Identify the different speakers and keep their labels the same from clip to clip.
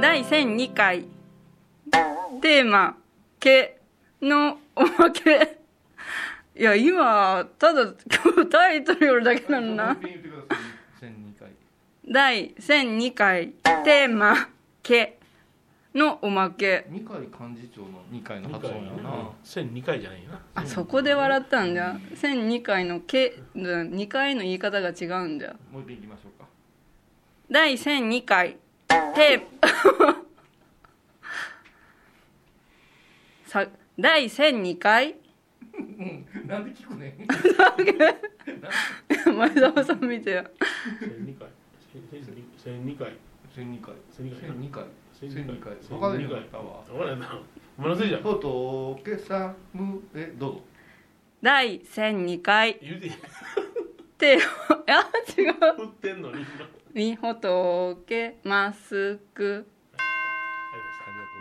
Speaker 1: 第1002回テーマ「毛のおまけ」いや今ただ今日タイトルよるだけなのな
Speaker 2: 1002回
Speaker 1: 第1002回テーマ「毛のおまけ
Speaker 2: 二回幹事長の二回の
Speaker 3: 2
Speaker 2: 発
Speaker 3: 回
Speaker 2: 音や
Speaker 3: や
Speaker 2: な
Speaker 3: な1002回じゃないよな」
Speaker 1: あそこで笑ったんだ1002回の「毛」2回の言い方が違うんだよ
Speaker 2: もう一遍いきましょうか
Speaker 1: 第1002回テーマ さ第1002回
Speaker 2: なんで聞くねん
Speaker 1: 前澤さん見てよ
Speaker 3: 1002回1002回
Speaker 2: 1002回
Speaker 3: 1002
Speaker 2: 1002回1002
Speaker 3: 1002
Speaker 2: 回
Speaker 3: 回
Speaker 2: 分かるようになったわ
Speaker 3: 分からんなお前のせいじゃん
Speaker 2: 仏さむえどうぞ
Speaker 1: 第1002回
Speaker 3: 言うて
Speaker 1: テーマあ違う
Speaker 3: 振ってんのに今
Speaker 1: 「みほとけマスク
Speaker 2: あ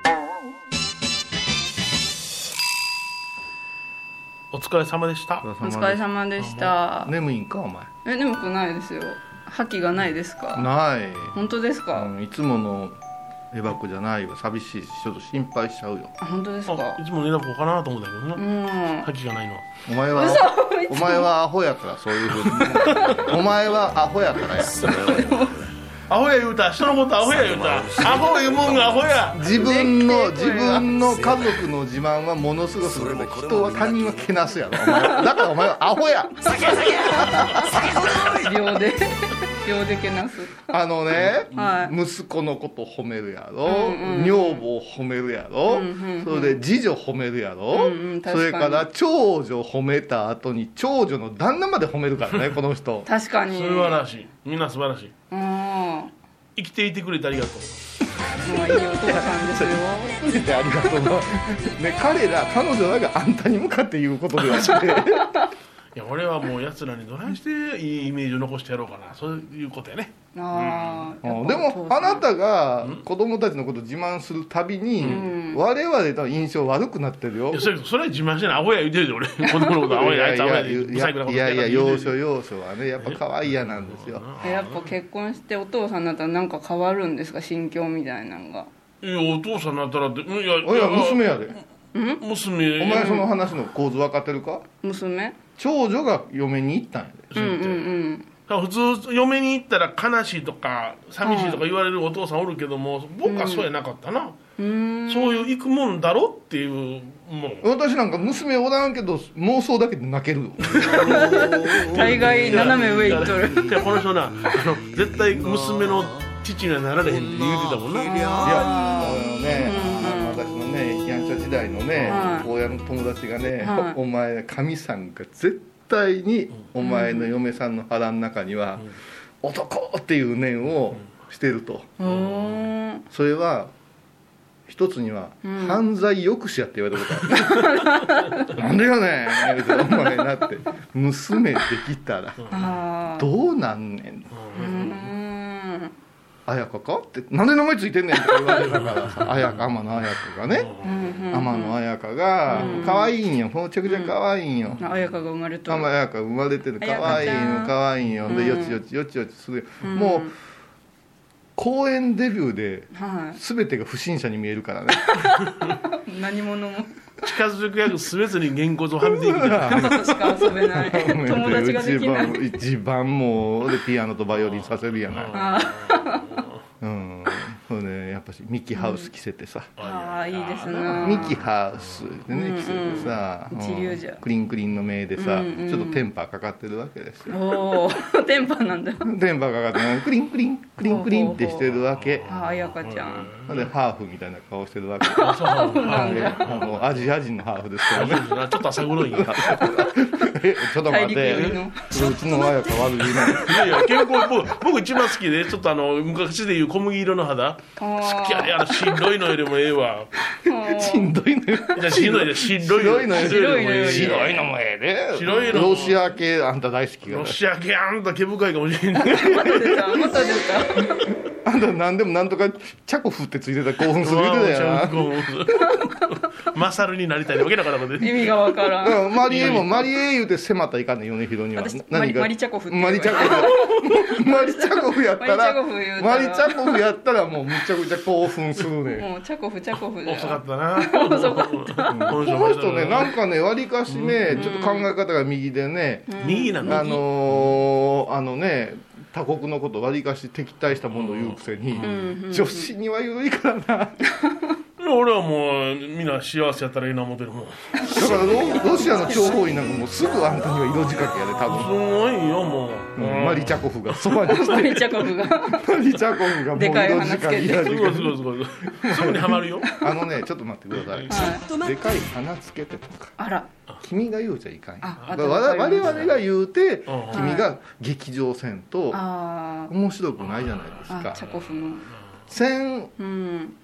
Speaker 2: りがとう
Speaker 3: お疲れ様でした
Speaker 2: ご」ざ
Speaker 1: お
Speaker 2: います
Speaker 1: 疲れ様でした、
Speaker 2: 眠いんかお前
Speaker 1: え眠くないですよ覇気がないですか
Speaker 2: ない
Speaker 1: 本当ですか、
Speaker 2: うんいつものエバ子じゃないわ寂しいしちょっと心配しちゃうよ
Speaker 1: あ本当です
Speaker 3: あ
Speaker 1: か
Speaker 3: いつも連絡かなと思ったけど
Speaker 1: う
Speaker 3: なん覇気がないのは
Speaker 2: お前はお前はアホやからそういうふうにお前はアホやからや
Speaker 3: アホや言うた人のことアホや言うたアホいうもんがアホや
Speaker 2: 自分の
Speaker 1: でっけ
Speaker 2: 自
Speaker 1: え声が
Speaker 2: 分の家族の自慢はものすごく人は他人はけなすやろお前はだからお前はアホや
Speaker 1: 秒で秒でけなす
Speaker 2: あのね、
Speaker 1: はい
Speaker 2: 息子のこと褒めるやろ、
Speaker 1: うんうん
Speaker 2: 女房褒めるやろ、
Speaker 1: うんうんうん
Speaker 2: それで次女褒めるやろ、
Speaker 1: うんうん確かに
Speaker 2: それから長女褒めた後に長女の旦那まで褒め るからねこの人
Speaker 1: 確かに
Speaker 3: それはらしいみんな素晴らしい
Speaker 1: うんも
Speaker 3: 生きていてくれてありがと
Speaker 1: う
Speaker 3: う
Speaker 1: いいお父さんですよ
Speaker 2: でありがとうなね彼ら彼女らがあんたに向かって言うことではなくて
Speaker 3: いや俺はもう奴らにどないしていいイメージを残してやろうかなそういうことやね
Speaker 1: ああ、
Speaker 2: うん
Speaker 1: や
Speaker 2: で
Speaker 1: っぱお父
Speaker 2: も
Speaker 1: さ
Speaker 2: あ
Speaker 1: ん
Speaker 2: なたが子供たちのことを自慢するたびに、
Speaker 1: ん
Speaker 2: 我々の印象悪くなってるよ
Speaker 3: いやそれそれは自慢してないアホや言うてるで俺子供のことアホやあいつアホやで不細工なこと
Speaker 2: いやいや
Speaker 3: って言
Speaker 2: 要
Speaker 3: うてる
Speaker 2: 所要所はねやっぱ可愛いやなんですよ
Speaker 1: えやっぱ結婚してお父さんになったらなんか変わるんですか心境みたいなのが
Speaker 3: いやお父さんになったらってうんいやい
Speaker 2: おや娘やで
Speaker 3: 娘
Speaker 2: お前その話の構図分かってるか
Speaker 1: 娘
Speaker 2: 長女が嫁に行ったんやで
Speaker 1: うんうんうん
Speaker 3: 普通嫁に行ったら悲しいとか寂しいとか言われるお父さんおるけども、僕はそうやなかったな、
Speaker 1: うーん
Speaker 3: そういう行くもんだろっていうもん
Speaker 2: 私なんか娘おらんけど妄想だけで泣けるよ
Speaker 1: 大概斜め上行っとる
Speaker 3: いやこの人なあの絶対娘の父にはなられへんって言うてたもんない
Speaker 2: やあのね、あの私のねやんちゃ時代のね、
Speaker 1: はい
Speaker 2: 親の友達がね、
Speaker 1: はい
Speaker 2: お前神さんが絶対にお前の嫁さんの腹の中には、男っていう念をしてると、
Speaker 1: うーん
Speaker 2: それは一つには、犯罪抑止やって言われた ことあるなんでやねん言うてお前なって娘できたら
Speaker 1: ああ
Speaker 2: どうなんねん
Speaker 1: うーん
Speaker 2: 綾香かってなんで名前ついてんねんって言われたからさ綾香天野綾香がね、
Speaker 1: うん
Speaker 2: 天野彩香が可愛いんよ、このちゃくちゃ可愛いんよ、
Speaker 1: うん綾香が生まれと
Speaker 2: 天
Speaker 1: る
Speaker 2: 野彩香生まれてる可愛
Speaker 1: 彩香ち
Speaker 2: いん
Speaker 1: ゃ
Speaker 2: よ
Speaker 1: ん
Speaker 2: 可愛いんよで
Speaker 1: うん
Speaker 2: よちよちよちよちするよ、もう公演デビューで
Speaker 1: は
Speaker 2: 全てが不審者に見えるからね
Speaker 1: い何者も
Speaker 3: 近づく役すべてにげんこつをはみ出てきた
Speaker 1: 彼女しか遊べない 友達がで
Speaker 2: 一
Speaker 1: きない
Speaker 2: 番一番もうでピアノとバイオリンさせるやない
Speaker 1: あ
Speaker 2: うんそうねやっぱしミキハウス着せてさ、
Speaker 1: ああいいですな
Speaker 2: ミキハウスでね着せてさ、
Speaker 1: うんうん一流じゃ
Speaker 2: クリンクリンの目でさ、
Speaker 1: うんうん
Speaker 2: ちょっとテンパかかってるわけですよ
Speaker 1: おお テンパなんだ
Speaker 2: 電波がか かってねクリンクリンクリンクリンってしてるわけ
Speaker 1: ああ綾香ちゃん
Speaker 2: でハーフみたいな顔してるわけ
Speaker 3: そう
Speaker 1: なんだ
Speaker 2: あのアジア人のハーフですけ どね
Speaker 3: ちょっと朝黒いんや
Speaker 2: えちょっと待っ
Speaker 1: 大陸
Speaker 2: て
Speaker 1: よりの
Speaker 2: それうちの親子悪いない
Speaker 3: やいや健康僕僕一番好きでちょっとあの昔でいう小麦色の肌好きやであの白いのよりもええわ
Speaker 2: しんどいのよ
Speaker 3: いや白いで白い
Speaker 2: 白いのよ
Speaker 3: 白いのよりもええ
Speaker 2: 白いのもええで
Speaker 3: 白いのも
Speaker 2: ロシア系あんた大好きよ
Speaker 3: ロシア系あんた毛深いかもしれない
Speaker 1: また出たまた出
Speaker 2: あんた何でもなんとかチャコ振ってついてたら興奮する言うてたよな
Speaker 3: マサルになりたいわけだからこれ
Speaker 1: 意味がわか
Speaker 2: だから
Speaker 1: らん。
Speaker 2: マリエもマリエ言うて迫ったらいかんねん米広には
Speaker 1: 私
Speaker 2: 何が
Speaker 1: マリマリチャコフって言えば
Speaker 2: マリチャコフマリチャコフやったら
Speaker 1: マリチャコフ言うた
Speaker 2: マ
Speaker 1: ら
Speaker 2: リチャコフやったらもうむちゃくちゃ興奮するねん
Speaker 1: もうチャコフチャコフだ
Speaker 3: 遅かっ
Speaker 1: よ。
Speaker 3: たな遅かった
Speaker 2: この人ねなんかねわりかしねちょっと考え方が右でね
Speaker 3: 右なの
Speaker 2: あのーあのね他国のことわりかし敵対したものを言うくせに
Speaker 1: ん
Speaker 2: 女子には緩いからなだか
Speaker 3: 俺はもうみんな幸せやったらいいな思ってるもん
Speaker 2: らロロシアの諜報員なんかもうすぐあんたには色仕掛けやで多
Speaker 3: す
Speaker 2: 分
Speaker 3: ごいよもう、
Speaker 2: うんマリチャコフがそばにして
Speaker 1: マリチャコフが。
Speaker 2: マリチャコフがもう
Speaker 1: でかい
Speaker 2: 色
Speaker 1: 花つ
Speaker 2: 仕
Speaker 1: け
Speaker 2: 掛
Speaker 1: て
Speaker 2: けや
Speaker 3: す
Speaker 2: で
Speaker 3: ごいすごいすごいすぐにはまるよ
Speaker 2: あのねちょっと待ってくださいでかい花つけてとか
Speaker 1: あら。
Speaker 2: 君が言うじゃいかんよ
Speaker 1: あ
Speaker 2: だからわ
Speaker 1: わか
Speaker 2: 我
Speaker 1: りま
Speaker 2: 々
Speaker 1: した
Speaker 2: が言うて
Speaker 3: うん
Speaker 2: 君が劇場戦と
Speaker 1: あ
Speaker 2: 面白くないじゃないです
Speaker 1: あ。あ、チャ
Speaker 2: か
Speaker 1: コフも。
Speaker 2: 1000
Speaker 1: うん。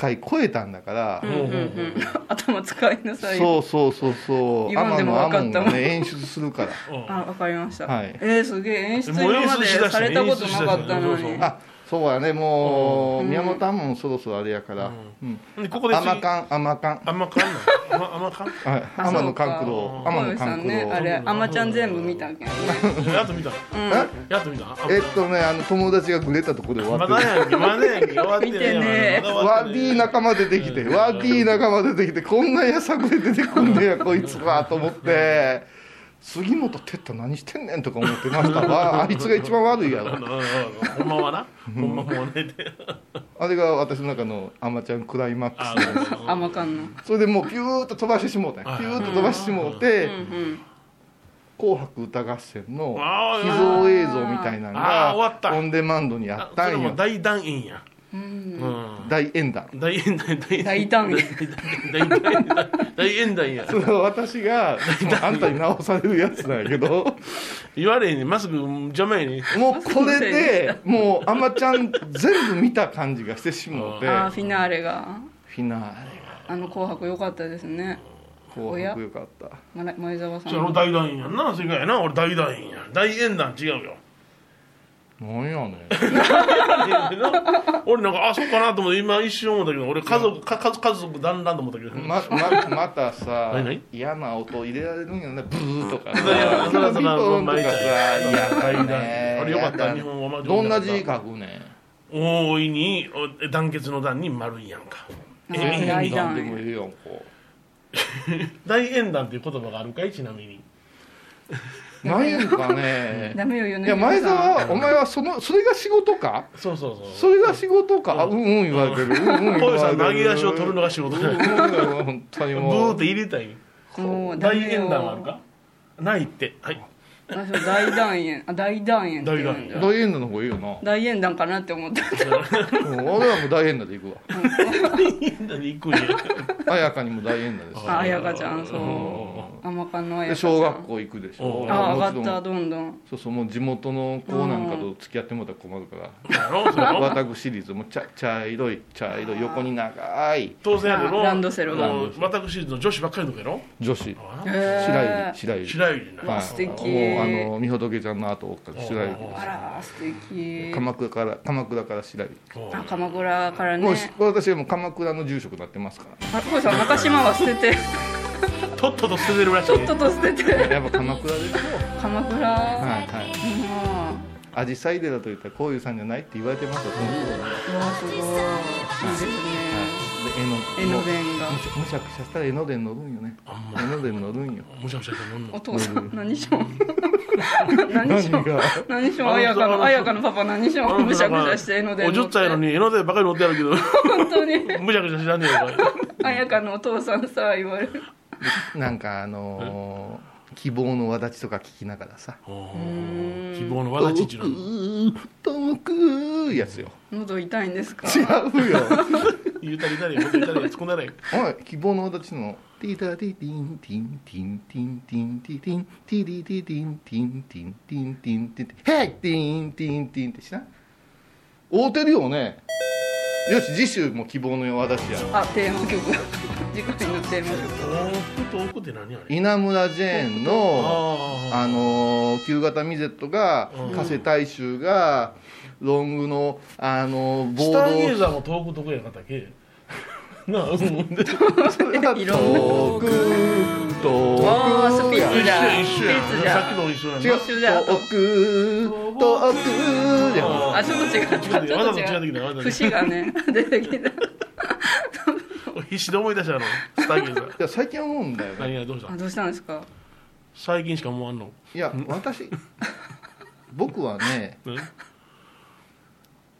Speaker 2: 回超えたんだから、
Speaker 1: うんうんうん。頭使いなさい。
Speaker 2: そうそうそうそう
Speaker 1: 言わんでも
Speaker 2: 天
Speaker 1: 分かった
Speaker 2: 野天野
Speaker 1: もん
Speaker 2: がね演出するから
Speaker 1: あ、わかりました。
Speaker 2: はい
Speaker 1: えー、すげえ演出
Speaker 3: もう
Speaker 1: 今
Speaker 3: 演出
Speaker 1: まで
Speaker 3: しだしたね
Speaker 1: されたことなかったの
Speaker 3: 演出しだした
Speaker 1: に
Speaker 3: ね。
Speaker 2: あそうやねもう、
Speaker 1: うん
Speaker 2: 宮本天もそろそろあれやから、うん
Speaker 3: うんでここで
Speaker 2: 甘かん甘かん
Speaker 3: あんまかんないあんまあんまかん
Speaker 2: はい
Speaker 1: あ
Speaker 2: 天
Speaker 1: そ
Speaker 2: 野
Speaker 1: うか
Speaker 2: 勘九郎
Speaker 1: 天
Speaker 2: 天野
Speaker 1: 野さん
Speaker 2: 勘九
Speaker 1: ね、あ
Speaker 2: 郎
Speaker 1: れ、あまちゃん全部見たわけやね。
Speaker 3: やっと見た
Speaker 1: うん。
Speaker 3: やっと見た
Speaker 2: えっとねあの友達がグレたとこで終わ
Speaker 3: ま
Speaker 2: って
Speaker 3: だ
Speaker 2: る
Speaker 3: やんけまだやんけ終わってないやん
Speaker 1: 見てね
Speaker 3: まだ終わ
Speaker 2: ワ
Speaker 3: って
Speaker 2: デ
Speaker 3: ない
Speaker 2: ィ仲間出てきてワディ仲間出てきてこんなやさぐれ出てくんねやこいつはと思って杉本哲太何してんねんとか思ってま したわあいつが一番悪いやろ
Speaker 3: うんうんうんほんまはなほんまもうねで
Speaker 2: あれが私の中のアマちゃんクライマックス
Speaker 3: あ
Speaker 2: で
Speaker 1: あまかんの。
Speaker 2: それでもうピューッと飛ばしてしもうてんピ
Speaker 3: はい
Speaker 2: ューッと飛ばしてしもう
Speaker 1: う
Speaker 2: て
Speaker 1: んうん。
Speaker 2: 「紅白歌合戦」の
Speaker 3: あー
Speaker 2: 秘蔵映像みたいなの
Speaker 3: あー終わった
Speaker 2: がオンデマンドにあ
Speaker 3: あ
Speaker 2: った
Speaker 3: それ
Speaker 2: ん
Speaker 3: も
Speaker 2: よ
Speaker 3: 大団円や
Speaker 1: うん。
Speaker 3: うん
Speaker 2: 大演談
Speaker 3: 大円大大
Speaker 1: 大胆に。
Speaker 3: 大大大円団や
Speaker 2: それは私がもうあんたに直されるやつなんやけど
Speaker 3: 言われへんねまっすぐ邪魔やね
Speaker 2: もうこれでもうあまちゃん全部見た感じがしてしもうて
Speaker 1: あー、フィナーレが。
Speaker 2: フィナーレが
Speaker 1: あの紅白良かったですね。お
Speaker 2: 紅
Speaker 1: や
Speaker 2: 白よかった
Speaker 1: まな前澤さ
Speaker 3: その
Speaker 1: ん。
Speaker 3: 大団円やんな世界やな俺大団円や大円団違うよ
Speaker 2: なんやね
Speaker 3: 俺なんかあそうかなと思って今一瞬思ったけど俺家族か家族家族だんだんと思ったけど
Speaker 2: まままたさ
Speaker 3: 何何
Speaker 2: 嫌な音入れられるんやねブーとか
Speaker 3: いやいや
Speaker 2: さ
Speaker 3: そらそ
Speaker 2: ピン
Speaker 3: ら
Speaker 2: ポンとかさ
Speaker 3: 毎回
Speaker 2: 嫌だね
Speaker 3: あれよかった
Speaker 2: 嫌だ
Speaker 3: 日本はまだ
Speaker 2: どんな字書くねん
Speaker 3: 大いにお団結の団に丸いやんか
Speaker 1: あー大
Speaker 2: な
Speaker 1: 胆
Speaker 2: んでもいいやんこ
Speaker 3: 大円団っていう言葉があるかいちなみに
Speaker 2: うなんやんかね
Speaker 1: ダメよ、米
Speaker 2: い
Speaker 1: 広さ
Speaker 2: や
Speaker 1: ん
Speaker 2: 前澤お前はそのそれが仕事か
Speaker 3: そうそうそう
Speaker 2: それが仕事かあうんうん言われてるうんうん言わ
Speaker 3: 小
Speaker 2: れ
Speaker 3: 遊
Speaker 2: て
Speaker 3: さ
Speaker 2: る
Speaker 3: ん投げ足を取るのが仕事
Speaker 2: うん
Speaker 3: だ
Speaker 2: うん言われてる本当に
Speaker 3: ブ
Speaker 2: も
Speaker 3: ー
Speaker 2: う
Speaker 3: って入れたい
Speaker 1: もうダ
Speaker 3: 大
Speaker 1: メよ
Speaker 3: 円団あるかないってはい
Speaker 1: あそう大団円あ大団円っていうんだ
Speaker 2: 大変なの方がいいよな
Speaker 1: 大円団かなって思った
Speaker 2: うん俺はもう大変なでいくわ
Speaker 3: 大円団に行くんや
Speaker 2: 彩香にも大変なです
Speaker 1: あ彩香ちゃんそうあまかんの彩
Speaker 2: で
Speaker 1: 香ちゃん
Speaker 2: 小学校行くでしょ
Speaker 1: あ
Speaker 2: も
Speaker 1: 上が
Speaker 2: ちろ
Speaker 1: っ
Speaker 2: ん
Speaker 1: たどんどん
Speaker 2: そうそうもう地元の子なんかと付き合ってもらったら困るから
Speaker 3: やろそれも
Speaker 2: 私シリーズも茶茶色い茶色い横に長い
Speaker 3: 当然やけど
Speaker 1: ランドセルが
Speaker 3: もう私の女子ばっかりのとこやろ
Speaker 2: 女子
Speaker 1: へ
Speaker 2: 白
Speaker 1: え
Speaker 2: 百合白百合
Speaker 3: 白百合な
Speaker 2: はい
Speaker 1: 素敵
Speaker 2: もうあのみほどけちゃんの後を追っかけ白百
Speaker 1: あら素敵
Speaker 2: 合鎌倉から鎌倉から白百
Speaker 3: こう
Speaker 1: あ鎌倉から
Speaker 2: 合
Speaker 1: ね
Speaker 2: もうし私はもう鎌倉の住職になってますか
Speaker 1: あこれさ中島は捨てて
Speaker 3: とっとと捨ててるらしい
Speaker 1: とっとと捨てて
Speaker 2: らやっぱ鎌倉ですよ
Speaker 1: 鎌倉
Speaker 2: は
Speaker 1: ま
Speaker 2: いはい
Speaker 1: あ
Speaker 2: 紫陽花寺といったらこういうさんじゃないって言われてますよその頃に
Speaker 1: うわすごいいいですね江
Speaker 2: で江ノ
Speaker 1: ノ電が
Speaker 2: むしゃむしゃくしゃしたら江ノ電乗るんよね
Speaker 3: あんま
Speaker 2: 江ノ電乗るんよ
Speaker 3: むしゃむしゃして飲んの
Speaker 1: お父さん何しょん何しょ
Speaker 2: 何
Speaker 1: ん
Speaker 2: が
Speaker 1: 何しょん彩香の彩香のパパ何しょんむしゃくしゃして江ノ電
Speaker 3: おじ
Speaker 1: 乗
Speaker 3: ゅっ
Speaker 1: って
Speaker 3: 歳のに江ノ電ばかり乗ってやるけど
Speaker 1: 本当に
Speaker 3: むしゃくしゃ知らねえよお
Speaker 1: 彩香のお父さんさ言われる
Speaker 2: なんかあのー希望の轍とか聞きながらさ
Speaker 3: 前おー希望のわだちっちゅうの
Speaker 2: 「遠く」やつよ
Speaker 1: 喉痛いんですか
Speaker 2: 違うよ
Speaker 3: 言うたり言うたり言うたり言うたり突っ込んだらえ
Speaker 2: おい希望の轍の「ティーターティーティンティンティンティンティンティンティンティリティティンティンティンティンティンティンティンヘイティンティンティン」って知らん合うてるよねよし次週も希望の轍や
Speaker 1: あテーマ曲次回のテーマ曲
Speaker 3: え遠く遠くって何あれ
Speaker 2: 稲村ジェーンの
Speaker 3: あ
Speaker 2: あのー旧型ミゼットが加瀬大衆がロングのあの
Speaker 3: ス
Speaker 2: ボ
Speaker 3: ターゲ
Speaker 2: ー
Speaker 3: ー
Speaker 2: ド
Speaker 3: ザーも遠く得意やかったっけ なあうんうんで
Speaker 1: いろんな
Speaker 2: 遠く
Speaker 1: おース
Speaker 2: 遠く
Speaker 1: ピ
Speaker 2: や
Speaker 1: ッツじゃん
Speaker 3: 一
Speaker 1: ス
Speaker 3: 緒
Speaker 1: ピ
Speaker 3: や
Speaker 1: ッツ
Speaker 3: 一緒
Speaker 1: じ
Speaker 3: や
Speaker 1: ゃん一緒だ
Speaker 2: 違う
Speaker 3: さっきの一緒やな
Speaker 2: 遠く遠くやん
Speaker 1: あちょっと違ったちょっと違
Speaker 3: わざと違ってきたわざ
Speaker 1: う
Speaker 3: と
Speaker 1: 節がね出てきた
Speaker 3: 必死で思い出したのスターゲーザー
Speaker 2: いや最近思うんだよね
Speaker 3: 何がどうした
Speaker 1: あどうしたんですか
Speaker 3: 最近しか思わんの
Speaker 2: いや私僕はね
Speaker 3: うん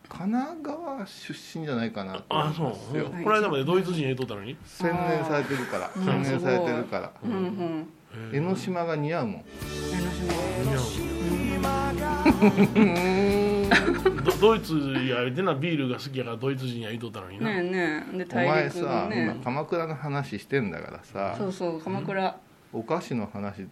Speaker 2: 神奈川出身じゃないかなと思
Speaker 3: あ
Speaker 2: い
Speaker 3: そう
Speaker 2: ますよ
Speaker 3: この間までドイツ人言うとったのに
Speaker 2: 洗練されてるから洗
Speaker 1: ん
Speaker 2: 練されてるから
Speaker 1: うんうん
Speaker 2: 江ノ島が似合うもん
Speaker 1: 江ノ島
Speaker 3: いやドドイツや言うてなビールが好きやからドイツ人や言うとったのにな
Speaker 1: ねえねえで
Speaker 2: お前
Speaker 1: 大陸
Speaker 2: さ
Speaker 1: の
Speaker 2: 今
Speaker 1: ね
Speaker 2: 鎌倉の話してんだからさ
Speaker 1: そうそう鎌倉
Speaker 2: お菓子の話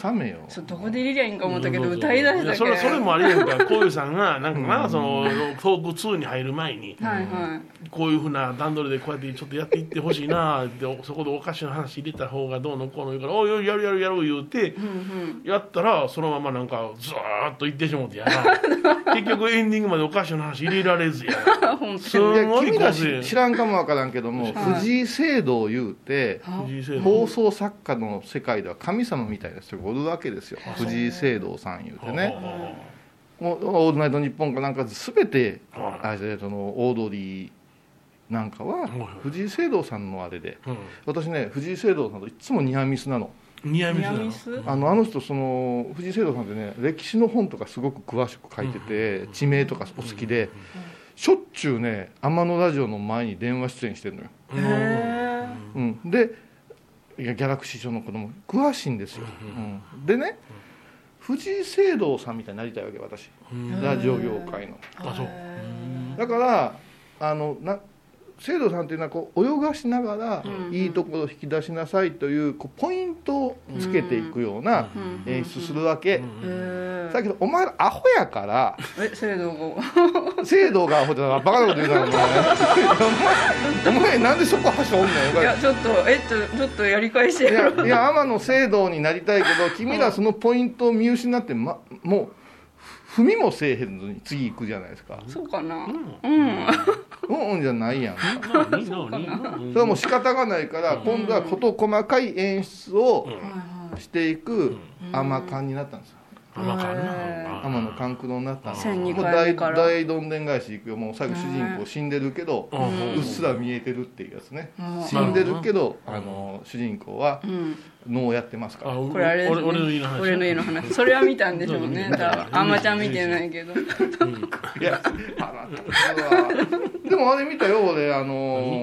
Speaker 2: 挟めよ
Speaker 1: そうどこで入れりゃいいんか思ったけど
Speaker 3: そうそうそう
Speaker 1: 歌いだし
Speaker 3: い
Speaker 1: た
Speaker 3: や
Speaker 1: け
Speaker 3: それそれもありえんからこういうさんがなんかなそのトーク2に入る前に
Speaker 1: はいはい
Speaker 3: こういうふうな段取りでこうやってちょっとやっていってほしいなでそこでお菓子の話入れた方がどうのこうの言うから「おいおいやるやるやる」言うて
Speaker 1: うんうん
Speaker 3: やったらそのままなんかずーっと行ってしもう てやな結局エンディングまでお菓子の話入れられずや
Speaker 1: あ本
Speaker 3: す
Speaker 2: いや
Speaker 3: んごい
Speaker 2: 君ら
Speaker 3: 個
Speaker 2: し
Speaker 3: 性
Speaker 2: 知らんかもわからんけども
Speaker 1: はい
Speaker 2: 藤井聖堂いうて
Speaker 1: 当
Speaker 3: 人生の
Speaker 2: 放送作家の世界では神様みたいな人がおるわけですよ藤井聖堂さんいうてねもうオールナイトニッポン」かなんか全て
Speaker 3: は
Speaker 2: あえっとのオードリーなんかは
Speaker 3: はい
Speaker 2: 藤井聖堂さんのあれで
Speaker 3: うん
Speaker 2: 私ね藤井聖堂さんといつもニアミスなの
Speaker 3: ニア
Speaker 1: ニ
Speaker 3: ミスな
Speaker 1: ア
Speaker 3: の
Speaker 1: ミス
Speaker 2: あのあの人その藤井聖堂さんってね歴史の本とかすごく詳しく書いてて地名とかお好きでしょっちゅうね天野ラジオの前に電話出演してるのよ、
Speaker 1: へえ
Speaker 2: うん、でいやギャラクシー賞の子供詳しいんですよ、うん、でね藤井聖堂さんみたいになりたいわけ私
Speaker 3: うん
Speaker 2: ラジオ業界の
Speaker 3: あそう
Speaker 2: だからあのな聖堂さんっていうのはこう泳がしながら
Speaker 1: うん
Speaker 2: いいところを引き出しなさいというこうポイントをつけていくような
Speaker 1: うん
Speaker 2: 演出するわけ、
Speaker 1: へえ
Speaker 2: だけどお前らアホやから
Speaker 1: え制度が
Speaker 2: 制度がアホじゃなバカなこと言うたらお前 お前お前なんでそこ走おんのよ
Speaker 1: いやちょっとえっとちょっとやり返して
Speaker 2: い
Speaker 1: やろう
Speaker 2: やいや天野聖堂になりたいけど君らそのポイントを見失って、ま、もう踏みもせえへんのに次行くじゃないですか
Speaker 1: そうかな
Speaker 3: うん
Speaker 1: うん
Speaker 2: うんうんじゃないやんそ
Speaker 3: まあいいのいいのうん
Speaker 2: れはもう仕方がないから今度は事細かい演出をしていく甘缶になったんですよ
Speaker 3: 甘かんな
Speaker 1: へー
Speaker 2: 天野勘九郎になったんですよ
Speaker 1: 千二
Speaker 2: もう
Speaker 1: 回目
Speaker 2: 大
Speaker 1: から
Speaker 2: 大どんでん返し行くよもう最後主人公死んでるけど、
Speaker 3: うん
Speaker 2: うっすら見えてるっていうやつね、
Speaker 1: うん
Speaker 2: 死んでるけど、あの主人公は
Speaker 1: うん
Speaker 2: 脳やってますから、
Speaker 1: これあれです
Speaker 3: 俺
Speaker 1: ね
Speaker 3: 俺の家の話
Speaker 1: 俺の家の話それは見たんでしょうね
Speaker 3: そう
Speaker 1: 多分あんまちゃん見てないけど
Speaker 2: いや腹立つわでもあれ見たよ俺あの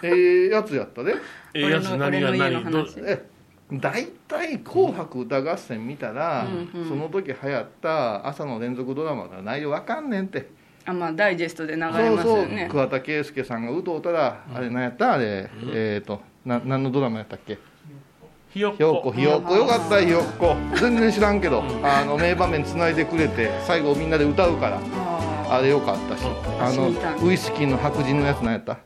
Speaker 2: ー、ええやつやったで
Speaker 3: ええやつ何が
Speaker 1: 俺の家の
Speaker 3: 何ど
Speaker 1: 話
Speaker 2: え大体「紅白歌合戦」見たら、
Speaker 1: うんうん
Speaker 2: その時流行った朝の連続ドラマの内容わかんねんって、
Speaker 1: あまあダイジェストで流れますよね
Speaker 2: 桑田佳祐さんが歌うたら、あれ何やったあれ、えっ、とな何のドラマやったっけ
Speaker 3: ひよっ
Speaker 2: ひよっこ
Speaker 3: こ
Speaker 2: ひよっこよかったひよっこ全然知らんけど、あの名場面つないでくれて最後みんなで歌うか
Speaker 1: あ
Speaker 2: らあれよかったしあの
Speaker 1: 死にたい
Speaker 2: ウイスキーの白人のやつ何やった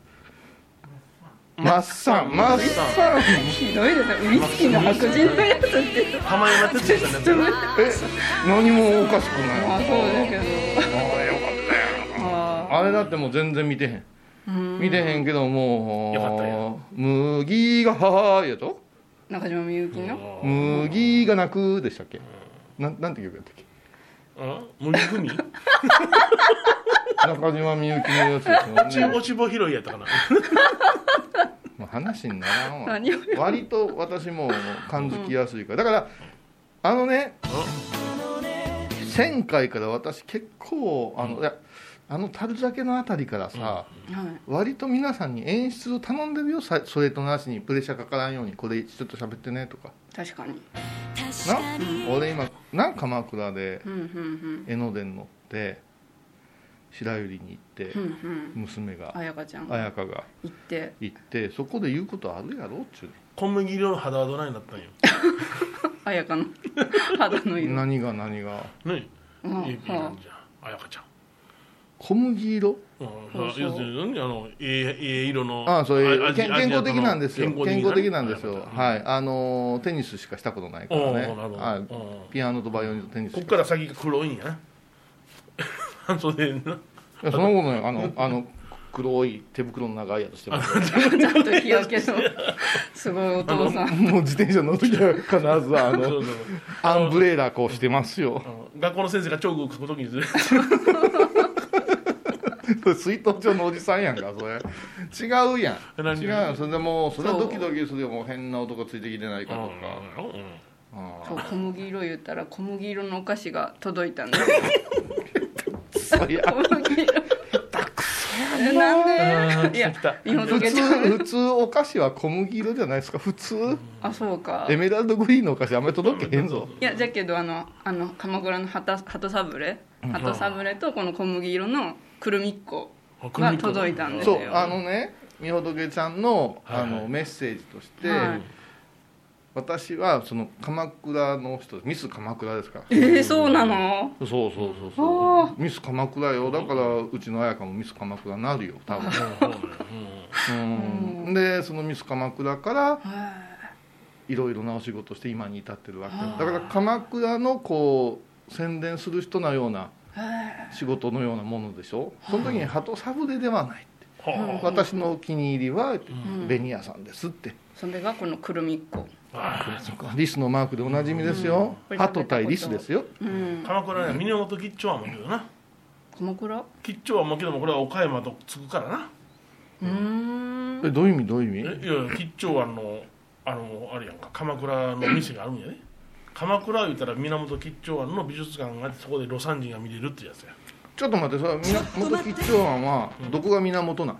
Speaker 2: マッサンマッサン
Speaker 1: ーひどいですねウイスキーの白人のやつって
Speaker 3: 浜山哲也さんだっ
Speaker 2: え何もおかしく
Speaker 1: あ
Speaker 2: な
Speaker 1: そ
Speaker 2: いう
Speaker 1: だけど
Speaker 2: あれよかったよ
Speaker 1: あ
Speaker 2: あれだってもう全然見てへん
Speaker 1: うん
Speaker 2: 見てへんけど
Speaker 3: よかった
Speaker 2: も
Speaker 3: よ
Speaker 2: う麦がはーいやと
Speaker 1: 中島みゆきの
Speaker 3: た
Speaker 2: 麦が泣くでしたっけなんなんて曲やったっけ
Speaker 3: あ麦組
Speaker 2: 中島みゆきのやつですよね
Speaker 3: 落ち穂拾いやったかな
Speaker 2: もう話にならんわ
Speaker 1: 何を
Speaker 2: 割と私も感づきやすいからだからあのね1000回から私結構あのいやあの樽酒のあたりからさ、
Speaker 1: はい
Speaker 2: 割と皆さんに演出を頼んでるよさそれとなしにプレッシャーかからんようにこれちょっと喋ってねとか
Speaker 1: 確かに
Speaker 2: な俺今なんか鎌倉で
Speaker 1: うんうん
Speaker 2: 江ノ電乗って白百合に行っ
Speaker 1: う
Speaker 2: て、
Speaker 1: んうんうん
Speaker 2: 娘が
Speaker 1: 彩香ちゃん行
Speaker 2: 彩香が
Speaker 1: って
Speaker 2: 行ってそこで言うことあるやろっちゅう
Speaker 3: 小麦色の肌はどないなったんよ
Speaker 1: 彩香の 肌の色
Speaker 2: の何が何が
Speaker 3: ね
Speaker 1: う
Speaker 3: え
Speaker 1: ん
Speaker 3: いい
Speaker 1: は
Speaker 3: 感じやあやかちゃん
Speaker 2: 小麦色
Speaker 3: うん
Speaker 1: そうそう
Speaker 3: 要するに何あのええええ色の
Speaker 2: ああそういう
Speaker 3: アジ
Speaker 2: 健健康的なんですよ
Speaker 3: アジアとの
Speaker 2: 健康的なんです
Speaker 3: あ
Speaker 2: よ
Speaker 3: やかちゃん
Speaker 2: はいあのーテニスしかしたことないからね
Speaker 3: おーなるほど
Speaker 2: は
Speaker 3: おー
Speaker 2: いピアノとバイオリンとテニス
Speaker 3: こ
Speaker 2: し
Speaker 3: っ
Speaker 2: か
Speaker 3: から先が黒いんやな半 袖の
Speaker 2: いやそのことねあのあの黒い手袋の長いやつしてます
Speaker 1: ちゃんと日焼けのすごいお父さん
Speaker 2: もう自転車乗る時は必ずあ
Speaker 3: そ
Speaker 2: の
Speaker 3: うそう
Speaker 2: アンブレラこうしてますよ
Speaker 3: あの学校の先生がチョークを書くと きにずれ
Speaker 2: 水筒上のおじさんやんかそれ違うやん
Speaker 3: 何
Speaker 2: 違うやんそれでもうそれはドキドキするよもう変な男ついてきてないかとか
Speaker 1: そう小麦色言ったら小麦色のお菓子が届いたんだ
Speaker 2: そういや
Speaker 1: 小麦色えなんでいや
Speaker 3: 来た
Speaker 1: 日本
Speaker 2: 普
Speaker 1: 溶けち
Speaker 2: 通
Speaker 1: ゃう
Speaker 2: 普通お菓子は小麦色じゃないですか普通
Speaker 1: あそうか
Speaker 2: エメラルドグリーンのお菓子あんまり届けへんぞ
Speaker 1: いやじゃけどあのあの鎌倉の鳩鳩サブレ鳩サブレとこの小麦色のくるみっこ
Speaker 3: あくるみっこ
Speaker 1: が届いたんです
Speaker 2: そ
Speaker 1: よ
Speaker 2: うあのねみほとけちゃんの
Speaker 3: は
Speaker 2: あ
Speaker 3: いはい
Speaker 2: のメッセージとして、
Speaker 1: はい
Speaker 2: 私はその鎌倉の人ミス鎌倉ですから
Speaker 1: えー、そうなの
Speaker 2: そうそうそう
Speaker 1: お
Speaker 2: そうミス鎌倉よだからうちの綾香もミス鎌倉になるよ多分うんでそのミス鎌倉からいろいろなお仕事して今に至ってるわけだから鎌倉のこう宣伝する人のような仕事のようなものでしょその時に鳩サブレではないって
Speaker 3: は
Speaker 2: 私のお気に入りは紅屋さんですって
Speaker 1: それがこのくるみっこ
Speaker 3: あ
Speaker 2: リスのマークでおなじみですよ
Speaker 1: うん
Speaker 2: 鳩対リスですよ
Speaker 1: うん
Speaker 3: 鎌倉ね源吉兆庵もけどな
Speaker 1: 鎌倉
Speaker 3: 吉兆庵もけどもこれは岡山とつくからな
Speaker 1: うーん
Speaker 2: えどういう意味どういう
Speaker 3: え
Speaker 2: 意味
Speaker 3: いやいや吉兆庵のあのあれやんか鎌倉の店があるんやね鎌倉言ったら源吉兆庵の美術館があってそこで魯山人が見れるってやつや
Speaker 2: ちょっと待ってそれは源吉兆庵はどこが源なん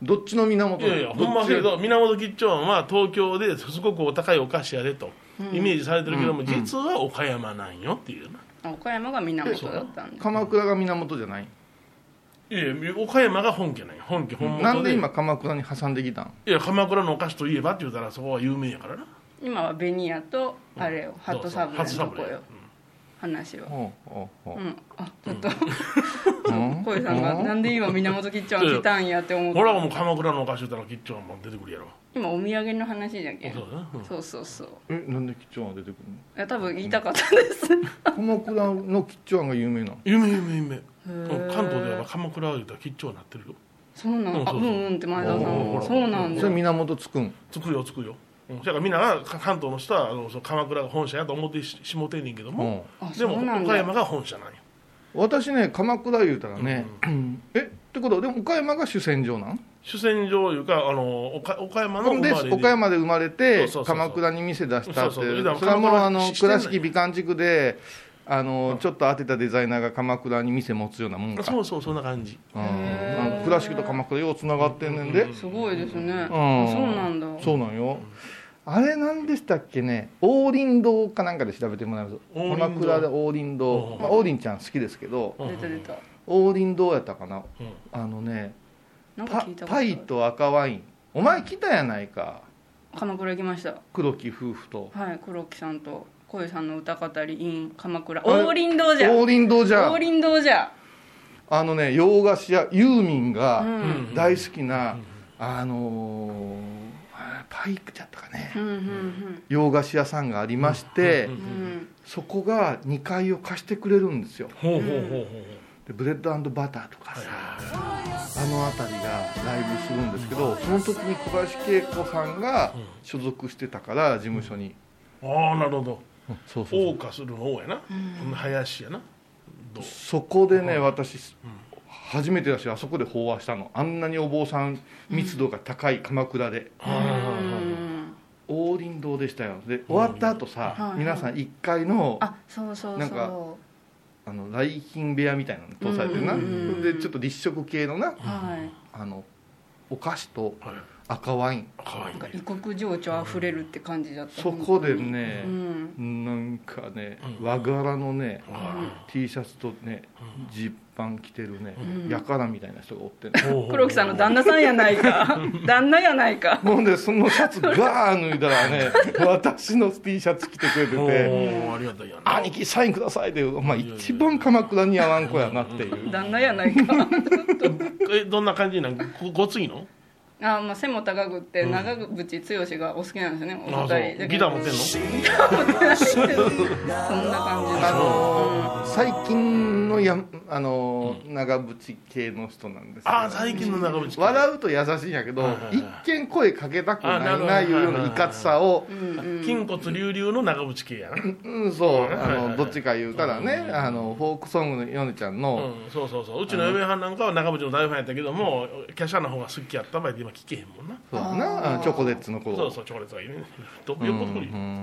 Speaker 2: どっちの源
Speaker 3: い
Speaker 2: な
Speaker 3: やいや、ほんまけど、源吉兆庵は東京ですごくお高いお菓子やでと、イメージされてるけども、実は岡山なんよっていうな。
Speaker 1: あ岡山が源だったんだ
Speaker 2: 鎌倉が源じゃない
Speaker 3: いやいや、岡山が本家なんよ、本家、本元で。
Speaker 2: なんで今鎌倉に挟んできたん
Speaker 3: いや、鎌倉のお菓子といえばって言ったら、そこは有名やからな。
Speaker 1: 今はベニヤとあれよハットサブレのとこ
Speaker 3: そうそうハットサブレ
Speaker 1: よ話は
Speaker 2: ほうほうほ
Speaker 1: うんあちょっと
Speaker 2: ううん
Speaker 1: 小井さんが
Speaker 2: うん
Speaker 1: なんで今源吉兆庵来たんやって思っ
Speaker 3: ほら、
Speaker 1: た
Speaker 3: もう鎌倉のお菓子言ったら吉兆庵も出てくるやろ。
Speaker 1: 今お土産の話じゃけん
Speaker 3: そうだな。うん
Speaker 1: そうそうそう
Speaker 2: えなんで吉兆庵出てくるの
Speaker 1: いや多分言いたかったです
Speaker 2: 鎌倉の吉兆庵が有名なの
Speaker 3: 有名、有名、有名。うん関東では鎌倉言ったら吉兆になってるよ。
Speaker 1: そうなん、あ、
Speaker 3: う
Speaker 1: うん
Speaker 3: そうそうん
Speaker 1: うんって前田さん
Speaker 2: お
Speaker 1: は。
Speaker 2: ー
Speaker 1: そうなん
Speaker 2: そ
Speaker 1: だ
Speaker 2: れ。源つくん
Speaker 3: 作るよ、作るよ。うんだからみんながか関東の人はあのその鎌倉が本社やと思ってししもてんねんけども、
Speaker 1: あ、
Speaker 3: で
Speaker 1: そ
Speaker 3: も
Speaker 1: うなん
Speaker 3: 岡
Speaker 1: だ。
Speaker 3: 山が本社なんよ。
Speaker 2: 私ね鎌倉言うたらね えってことはでも岡山が主戦場なん
Speaker 3: 主戦場いうかあの岡岡山の
Speaker 2: ほんで
Speaker 3: 生まれで
Speaker 2: 岡山で生まれて
Speaker 3: そうそうそうそう
Speaker 2: 鎌倉に店出したってそ
Speaker 3: そうそう
Speaker 2: れ
Speaker 3: だから
Speaker 2: はもうあの
Speaker 3: 鎌倉してん
Speaker 2: 倉
Speaker 3: のよ
Speaker 2: 敷美観地区であのちょっと当てたデザイナーが鎌倉に店持つようなもんか
Speaker 3: そうそうそんな感じ
Speaker 2: うんあの倉敷と鎌倉ようつながってんねんで
Speaker 1: すごいですね。あ
Speaker 2: うん
Speaker 1: そうなんだ。
Speaker 2: そうなんよあれ何でしたっけね王林堂かなんかで調べてもらいます
Speaker 3: 王林堂
Speaker 2: 鎌倉で王林
Speaker 3: う
Speaker 2: 堂
Speaker 3: ん
Speaker 2: まあ王林ちゃん好きですけど
Speaker 3: うん
Speaker 1: 出た出た。
Speaker 2: 王林堂やったかな
Speaker 3: うん
Speaker 2: あのね
Speaker 1: なんか
Speaker 2: パ
Speaker 1: 聞いたこと
Speaker 2: パ
Speaker 1: あ
Speaker 2: イ
Speaker 1: る。
Speaker 2: と赤ワインお前来たやないか
Speaker 1: 鎌倉行きました。
Speaker 2: 黒木夫婦と
Speaker 1: はい、黒木さんと小井さんの歌語り in 鎌倉。
Speaker 2: あれ
Speaker 1: 王林堂じゃ。
Speaker 2: 王林堂じゃん
Speaker 1: 王林堂じゃ。
Speaker 2: あのね洋菓子屋ユーミン
Speaker 1: う
Speaker 2: が
Speaker 1: ん。
Speaker 2: 大好きな、あのーあパイクだったかね
Speaker 1: うんうん
Speaker 2: 洋菓子屋さんがありまして、
Speaker 3: うんう
Speaker 1: うんん。
Speaker 2: そこが2階を貸してくれるんですよ
Speaker 3: ほうほうほうほう
Speaker 2: でブレッドバターとか
Speaker 3: はい
Speaker 2: さ、
Speaker 3: は
Speaker 2: あの辺りがライブするんですけどその時に小林恵子さんが所属してたから事務所に、
Speaker 3: いはいああなるほど
Speaker 2: そうそうそう
Speaker 3: 謳歌するの王やなこの林やなどう
Speaker 2: そこでね私初めてだしあそこで飽和したのあんなにお坊さん密度が高い鎌倉で、
Speaker 1: うん。
Speaker 2: 王林堂でしたよで終わった後さ、
Speaker 1: うんはいはい
Speaker 2: 皆さん1階の
Speaker 1: あ、そうそう
Speaker 2: なんか
Speaker 1: そ
Speaker 2: あの来賓部屋みたいなの通されてるな、
Speaker 1: うんうんうん
Speaker 2: でちょっと立食系のな
Speaker 1: う。はい。
Speaker 2: あのお菓子と
Speaker 3: はい
Speaker 2: 赤ワイン
Speaker 3: 可愛
Speaker 1: なん
Speaker 3: い
Speaker 1: か
Speaker 3: ね
Speaker 1: 異国情緒あふれるって感じだった。
Speaker 2: そこで
Speaker 1: う
Speaker 2: ね、
Speaker 1: ん。
Speaker 2: なんかね
Speaker 3: うん
Speaker 2: 和柄のね、
Speaker 3: は
Speaker 2: T シャツとねジーパン着てるね、
Speaker 1: ん
Speaker 2: やからみたいな人がおってね
Speaker 3: い、ほうほうほう
Speaker 1: 黒木さんの旦那さんやない か旦那やないか
Speaker 2: ほんでそのシャツガー脱いだら ね私の T シャツ着てくれて
Speaker 3: お
Speaker 2: て
Speaker 3: ーありがたいや
Speaker 2: 「
Speaker 3: な
Speaker 2: 兄貴サインください」ってまあ一番鎌倉に合わん子やなっていう
Speaker 1: 旦那やないか
Speaker 3: えどんな感じなんごごついの
Speaker 1: あまあ背も高くって長渕剛がお好きなんですよね、お
Speaker 3: あ
Speaker 1: 二人
Speaker 3: そうギター持ってん の
Speaker 1: そんな感じで
Speaker 2: あのー最近のやあのー長渕系の人なんですけど
Speaker 3: ああ最近の長渕君
Speaker 2: 笑うと優しいんやけど、
Speaker 3: はいはいはい
Speaker 2: 一見声かけたく
Speaker 3: あ
Speaker 2: な
Speaker 3: なるほ
Speaker 2: い
Speaker 3: ど
Speaker 2: ないうようないかつさを、
Speaker 3: 筋骨隆々の長渕系やな、うん
Speaker 2: うん、そう
Speaker 3: はいはいはい
Speaker 2: あのどっちか言うたらね、あのフォークソングの米ちゃんの、
Speaker 3: そうそうそううちの嫁はんなんかは長渕の大ファンやったけども華奢な方が好きやった場合で今聞けへんもんな
Speaker 2: そうだなあのチョコレッツの頃
Speaker 3: そうそうチョコレートがいいねどういうこと言
Speaker 2: う
Speaker 3: う
Speaker 2: ん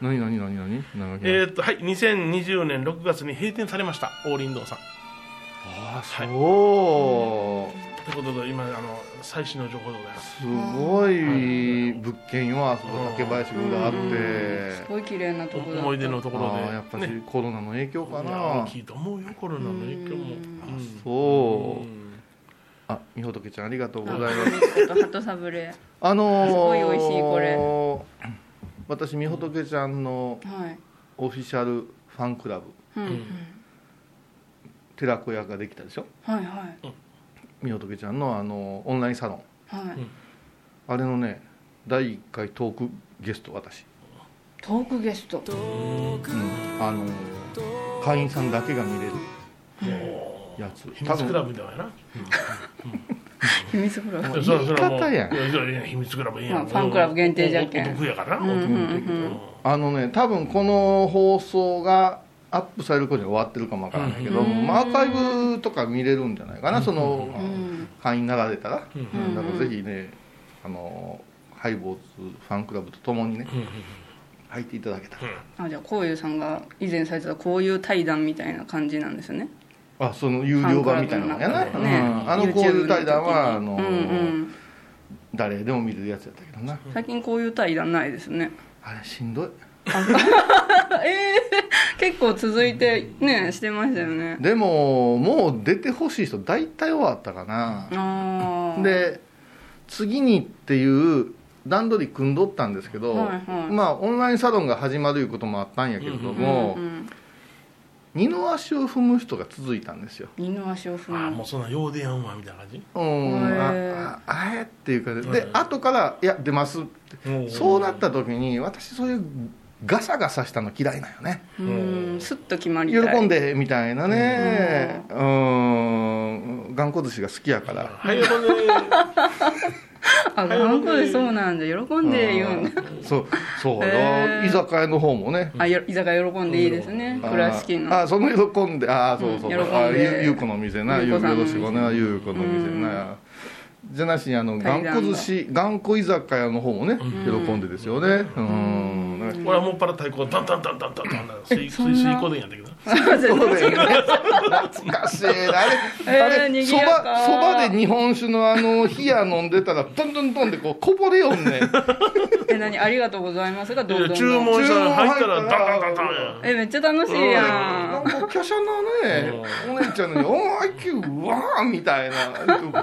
Speaker 2: 何何何何何
Speaker 3: えーっとはい2020年6月に閉店されました王林堂さん
Speaker 2: ああそ
Speaker 3: ということで今あの最新の情報でございま
Speaker 2: う、
Speaker 3: す
Speaker 2: すごい物件よあそこ竹林君があって、
Speaker 1: すごい綺麗なとこだった
Speaker 3: 思い出のところ
Speaker 2: あ
Speaker 3: で
Speaker 2: あやっぱ
Speaker 3: ね
Speaker 2: しコロナの影響か
Speaker 3: いや
Speaker 2: な、
Speaker 3: 大きいと思うよコロナの影響もうん
Speaker 2: そう、あみほとけちゃんありがとうございます
Speaker 1: ちょっと鳩サブレ
Speaker 2: あのー、
Speaker 1: すごい美味しいこ
Speaker 2: れ私みほとけちゃんの
Speaker 1: はい
Speaker 2: オフィシャルファンクラブ
Speaker 1: うん、うん
Speaker 2: 寺子屋ができたでしょ
Speaker 1: はいはい
Speaker 2: みほとけちゃんのあのオンラインサロン
Speaker 1: はい、
Speaker 2: あれのね第1回トークゲスト私、
Speaker 1: トークゲスト
Speaker 2: うんあのー会員さんだけが見れるやつ
Speaker 3: 秘密クラブみたいなやな
Speaker 1: 秘密クラブ
Speaker 2: 言い
Speaker 3: それはそれはもう
Speaker 2: 方やん
Speaker 3: いやいやいや秘密クラブいいや
Speaker 1: ま
Speaker 3: ん
Speaker 1: あファンクラブ限定じゃんけん
Speaker 3: おおお得やからな
Speaker 1: うんうん
Speaker 2: あのね多分この放送がアップされる頃には終わってるかもわからないけど、
Speaker 1: うん
Speaker 2: まあアーカイブとか見れるんじゃないかな、その、
Speaker 1: うんうん
Speaker 2: 会員になられたら、
Speaker 3: うん
Speaker 1: うん
Speaker 2: だからぜひねあのハイボーズファンクラブとともにね
Speaker 3: うんうん
Speaker 2: 入っていただけたら、
Speaker 1: あじゃあこういうさんが以前されてたこういう対談みたいな感じなんですよね
Speaker 2: あその有料版みたいなのやな、
Speaker 3: ファン
Speaker 1: ク
Speaker 3: ク
Speaker 1: ラブ
Speaker 2: う
Speaker 1: の中
Speaker 2: ん、あ
Speaker 1: ね
Speaker 2: のこういう対談はあ
Speaker 1: YouTube
Speaker 2: の、
Speaker 1: 時にうん
Speaker 2: 誰でも見れるやつやったけどな
Speaker 1: うん、最近こういう対談ないですね
Speaker 2: あれしんどい
Speaker 1: ええ 結構続いてねしてましたよね
Speaker 2: でももう出てほしい人大体終わったかな、
Speaker 1: ああ
Speaker 2: で次にっていう段取り組んどったんですけど、
Speaker 1: はいはい
Speaker 2: まあオンラインサロンが始まるいうこともあったんやけれども、
Speaker 1: うんうん、
Speaker 2: 二の足を踏む人が続いたんですよ
Speaker 1: 二の足を踏
Speaker 3: ああ
Speaker 1: む
Speaker 3: もうそんなんようでやんわみたいな感じ
Speaker 2: うん、
Speaker 1: へ
Speaker 2: あああえっていうかでで、
Speaker 3: うん
Speaker 2: 後から「いや出ます」ってそうなった時に私そういうガサガサしたの嫌いなんよね
Speaker 1: うんスッと決まり
Speaker 2: 喜
Speaker 1: たい
Speaker 2: んでみたいなねうん頑固寿司が好きやから
Speaker 3: はいほんで
Speaker 1: あ頑固でそうなんだ喜んで言うんだ
Speaker 2: うんそうそうよ、
Speaker 1: へー
Speaker 2: 居酒屋の方もね
Speaker 1: あよ居酒屋喜んでいいですね
Speaker 2: あー
Speaker 1: 倉敷の
Speaker 2: あーその喜んでああそうそ
Speaker 1: うん喜ん
Speaker 2: う、う
Speaker 1: で
Speaker 2: あーゆゆうこの店な
Speaker 1: ゆ
Speaker 2: ゆ
Speaker 1: う
Speaker 2: う
Speaker 1: こさ
Speaker 2: こ
Speaker 1: んの
Speaker 2: の
Speaker 1: 店
Speaker 2: 店なゆうこの店な、じゃなしにあの
Speaker 1: 対
Speaker 2: 頑
Speaker 1: 談が
Speaker 2: 固寿司頑固居酒屋の方もね、喜んでですよねうん、だから
Speaker 3: 俺はもっぱら太鼓がダンダンダンダンダンダンダン水
Speaker 1: そんな
Speaker 3: 水水湖でやったけど
Speaker 2: そうだよね。懐かしいな。あれ、
Speaker 1: えー
Speaker 2: あれ、そ
Speaker 1: 賑やか
Speaker 2: ば、そばで日本酒のあの、冷や飲んでたら、どんどんどんでこう、こぼれよんね。
Speaker 1: え何ありがとうございますがどうぞどうぞ
Speaker 3: 注文したら入ったらダ
Speaker 2: 注文入っ
Speaker 3: ン
Speaker 2: たら
Speaker 3: ダンダンダンや
Speaker 1: えめっちゃ楽しい
Speaker 2: な
Speaker 1: や
Speaker 2: んか、華奢なね、お姉ちゃんのに、おーいきゅうわーみたいな、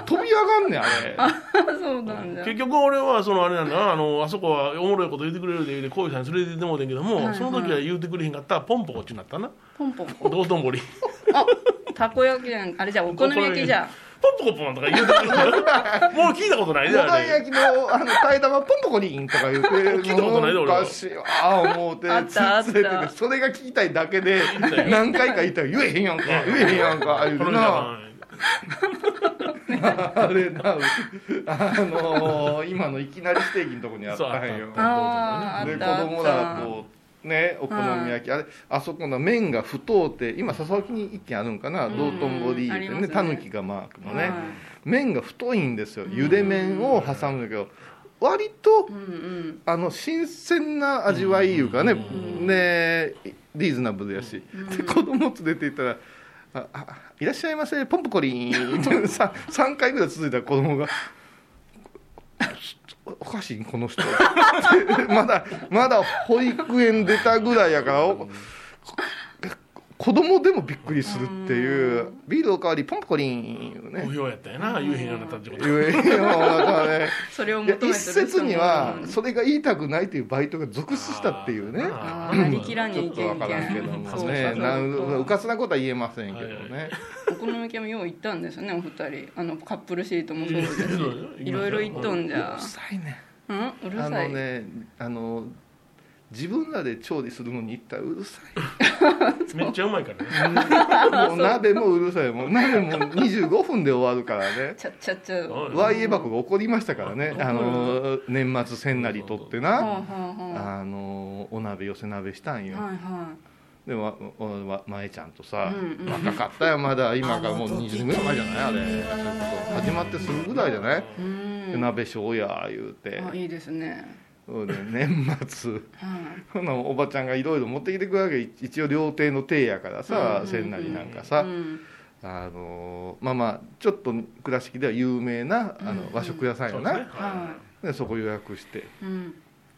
Speaker 2: 飛び上がんねん、あれ。
Speaker 1: ん そうなんだ
Speaker 3: 結局俺はそのあれなんだなあのあそこはおもろいこと言ってくれるで言うてこういうさんに連れて行ってもうてんけども、
Speaker 1: はいはい
Speaker 3: その時は言うてくれへんかったらポンポコっちになったな
Speaker 1: ポンポン
Speaker 3: 道頓堀
Speaker 1: あたこ焼きじゃんあれじゃあお好み焼きじ ゃ
Speaker 3: ポンポコポンとか言うてくれるもう聞いたことない
Speaker 2: モ
Speaker 3: ねあ
Speaker 2: ダン
Speaker 3: れ
Speaker 2: 焼きの、あの、替え玉、ポンポコリンとか言って、
Speaker 3: 聞いたことないで俺は
Speaker 2: おかしいわー思うて、
Speaker 1: あったあった
Speaker 2: つ連れててそれが聞きたいだけ で、何回か言ったら、言えへんやんか、言えへんやんか、言う
Speaker 3: こ
Speaker 2: て
Speaker 3: の
Speaker 2: な。
Speaker 3: 人
Speaker 2: あれな、あのー今のいきなりステーキのとこにあったんよ。
Speaker 3: そう
Speaker 1: ああーあ
Speaker 2: で
Speaker 1: っ
Speaker 2: 子
Speaker 1: た
Speaker 2: 供
Speaker 1: あ
Speaker 2: ら
Speaker 1: っ
Speaker 2: とねお好み焼き、あれあそこの麺が太うて今佐々木に一軒あるんかな、
Speaker 1: ん
Speaker 2: 道頓堀
Speaker 1: あ
Speaker 2: で
Speaker 1: りますね
Speaker 2: ねたぬきがマークのね、
Speaker 1: はい
Speaker 2: 麺が太いんですよゆで麺を挟むんだけど割と
Speaker 1: たうんうん
Speaker 2: あの新鮮な味わいいうかね、ねリーズナブルやし、で子供連れて行ったら「ああいらっしゃいませポンポコリン」3, 3回ぐらい続いたら子供が「おおかしいこの人」 まだまだ保育園出たぐらいやからお子供でもびっくりするっていうビールおかわりポンポコリンね
Speaker 3: 無表やったよな言えへんようになったってこと
Speaker 2: 言えよだからね
Speaker 1: それを
Speaker 2: い
Speaker 1: 求
Speaker 2: や
Speaker 1: めてる
Speaker 2: 一
Speaker 1: 人
Speaker 2: 説
Speaker 1: もい
Speaker 2: に
Speaker 1: る
Speaker 2: は
Speaker 1: の
Speaker 2: それが言いたくないというバイトが続出したっていうね
Speaker 1: あーなりきらん
Speaker 2: ち
Speaker 1: に
Speaker 2: ょ
Speaker 1: い
Speaker 2: っ
Speaker 1: け
Speaker 2: とわ
Speaker 1: ん
Speaker 2: か
Speaker 1: け
Speaker 2: らんけど
Speaker 1: ん
Speaker 2: も
Speaker 1: そうそう
Speaker 2: ね
Speaker 1: そう
Speaker 2: なんうかつなことは言えませんけど
Speaker 3: はい
Speaker 2: ね
Speaker 1: おこの池もよう行ったんですよねお二人あのカップルシートもそう
Speaker 3: い
Speaker 1: で
Speaker 3: や
Speaker 1: すしいろいろ行っとんじゃ
Speaker 2: 臭いね
Speaker 1: うんうる
Speaker 2: あ
Speaker 1: さ
Speaker 2: の
Speaker 1: い、
Speaker 2: ねあの自分らで調理するのに行ったらうるさ
Speaker 3: めっちゃうまいから
Speaker 2: い
Speaker 3: ね
Speaker 2: もう鍋もうるさいもう鍋も25分で終わるからね
Speaker 1: ちゃっちゃっちゃ
Speaker 3: うん
Speaker 2: ワイエ箱が起こりましたからねあの年末千なりとって
Speaker 1: はあは
Speaker 2: な
Speaker 1: あは
Speaker 2: あのお鍋寄せ鍋したん
Speaker 1: あ
Speaker 2: よ
Speaker 1: はいは
Speaker 2: でわわわ前ちゃんとさ、
Speaker 1: うんうん
Speaker 2: 若かったよまだ今がもう20年ぐらい前じゃないあれそれこそ始まってすぐぐらいじゃない、
Speaker 1: いう
Speaker 2: で
Speaker 1: ん
Speaker 2: 鍋しようや言うて
Speaker 1: あいいですね
Speaker 2: そうね年末
Speaker 1: はい
Speaker 2: ほなおばちゃんがいろいろ持ってきてくるわけ一一応料亭の亭やからさ、
Speaker 1: うん
Speaker 2: 千なりなんかさ、
Speaker 1: うん
Speaker 2: あのまあまあちょっと倉敷では有名なあ
Speaker 1: うんう
Speaker 2: の
Speaker 1: ん
Speaker 2: 和食屋さん
Speaker 3: そ
Speaker 2: よ
Speaker 3: う
Speaker 2: な、
Speaker 3: ですね
Speaker 1: は
Speaker 2: でそこ予約して
Speaker 1: いうん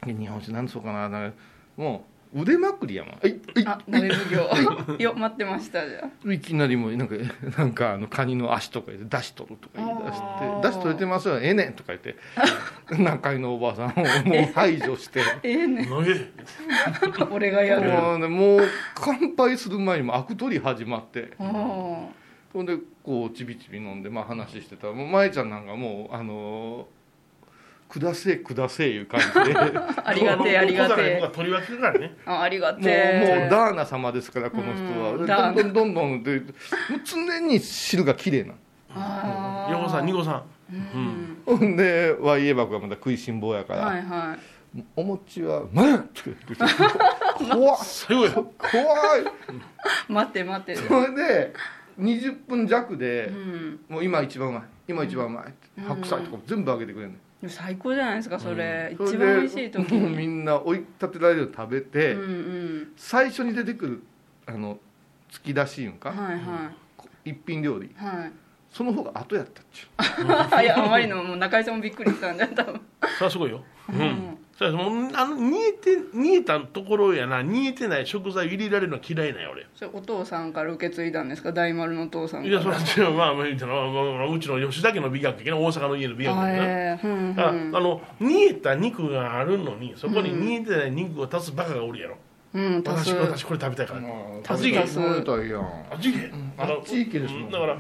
Speaker 2: で日本酒何そうかななんかもう腕まくりやもんはいはい
Speaker 1: あ鍋奉行 よ待ってましたじゃ
Speaker 2: いきなりもうなんかなんかあのカニの足とか言って出しとるとか言い出し
Speaker 1: あー
Speaker 2: て出しとれてますよええねんとか言って 南海のおばあさんをもう排除して
Speaker 1: ええね
Speaker 3: 投げ
Speaker 1: 俺がやる
Speaker 2: もう,、ね、もう乾杯する前にもうアク取り始まって
Speaker 1: お
Speaker 2: ほんでこうちびちび飲んで、まあ、話してたらもう舞ちゃんなんかもうあのー下せえ下せえいう感 じでもうもう
Speaker 1: ありがてえありがてえ
Speaker 3: 僕取り分けるからね
Speaker 1: あありがてえ
Speaker 2: ダーナ様ですからこの人
Speaker 1: うん
Speaker 2: は
Speaker 1: ダーナ
Speaker 2: でどんどんどんどんでもう常に汁が綺麗なの
Speaker 1: あ
Speaker 3: ヨコさんニコさ
Speaker 1: うんん
Speaker 2: ほんで YA 箱がまだ食いしん坊やから、
Speaker 1: はいはい
Speaker 2: お餅は「まん!」って言って怖っ
Speaker 3: ん最後や
Speaker 2: 怖い
Speaker 1: 待って待って
Speaker 2: それで20分弱で
Speaker 1: う、ん
Speaker 2: もう今一番うまい今一番うまいって、
Speaker 1: うん
Speaker 2: 白菜とかも全部あげてくれるの、
Speaker 1: でも最高じゃないですかそれ、
Speaker 2: そ
Speaker 1: 一
Speaker 2: れ
Speaker 1: 番
Speaker 2: で
Speaker 1: 美味しい時
Speaker 2: もうみ
Speaker 1: に
Speaker 2: んな追い立てられるの食べ
Speaker 1: う
Speaker 2: て、
Speaker 1: んうん
Speaker 2: 最初に出てくるあの突き出しいうんか、
Speaker 1: はいは
Speaker 2: 一品料理
Speaker 1: いはい
Speaker 2: その方が後やったっちゅ
Speaker 1: あいや あまりのもう中居さんもびっくりしたんだ多分
Speaker 3: それはすごいよう
Speaker 1: うん
Speaker 3: んそうやもうあの煮えて煮えたところやな煮えてない食材を入れられるのは嫌いなんや俺
Speaker 1: それお父さんから受け継いだんですか大丸のお父さんか
Speaker 3: い
Speaker 1: ら
Speaker 3: やそれは違うまあまあ言うたらまあまあまあうちの吉田家の美学やけど大阪の家の美学や
Speaker 1: あ
Speaker 3: けどな
Speaker 1: ええうん
Speaker 3: ああ
Speaker 1: うん
Speaker 3: の煮えた肉があるのにそこに煮えてない肉を足すバカがおるやろ
Speaker 1: うん多
Speaker 3: 私
Speaker 1: 数
Speaker 3: 私これ食べたいから
Speaker 2: う
Speaker 3: 多数
Speaker 2: 食べたいやん
Speaker 3: あっち行けあの
Speaker 2: あっち行けですもん
Speaker 3: うだから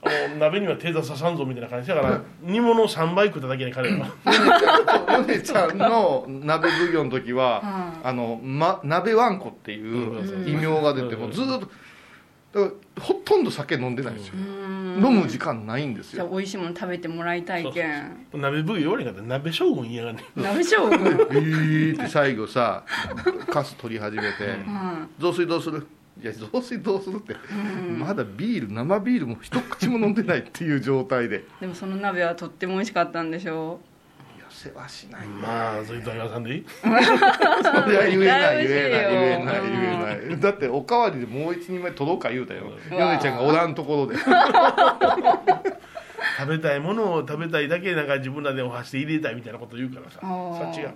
Speaker 3: あの鍋には手出ささんぞみたいな感じだから煮物を3杯食っただけで彼ら は
Speaker 2: お姉ちゃんの鍋奉行の時は、あの、ま、鍋わんこっていう異名が出て、
Speaker 3: うん
Speaker 2: もうずーっとだからほとんど酒飲んでないんですよ、
Speaker 1: うん
Speaker 2: 飲む時間ないんです
Speaker 1: じゃあ
Speaker 2: よ、
Speaker 1: 美味しいもの食べてもらいたいけん
Speaker 3: 鍋部位言われんかったら鍋将軍嫌がんね
Speaker 1: 鍋将軍うん
Speaker 2: えーって最後さカス取り始めて
Speaker 1: うん
Speaker 2: 「雑炊どうする?」いや雑炊どうするって、まだビール生ビールも一口も飲んでないっていう状態で
Speaker 1: でもその鍋はとっても美味しかったんでしょ
Speaker 2: いや世話しない
Speaker 3: まあずっと言わさんでいい
Speaker 2: それは言えない
Speaker 1: 絶
Speaker 2: 言えない言えない
Speaker 1: 対美味しいよ
Speaker 2: 言えないだっておかわりでもう一人前取ろうか言うたよ
Speaker 3: う
Speaker 2: ヨネちゃんがおらんところで
Speaker 3: 食べたいものを食べたいだけなんか自分らでお箸で入れたいみたいなこと言うからさ
Speaker 1: あー
Speaker 3: そっちが
Speaker 1: う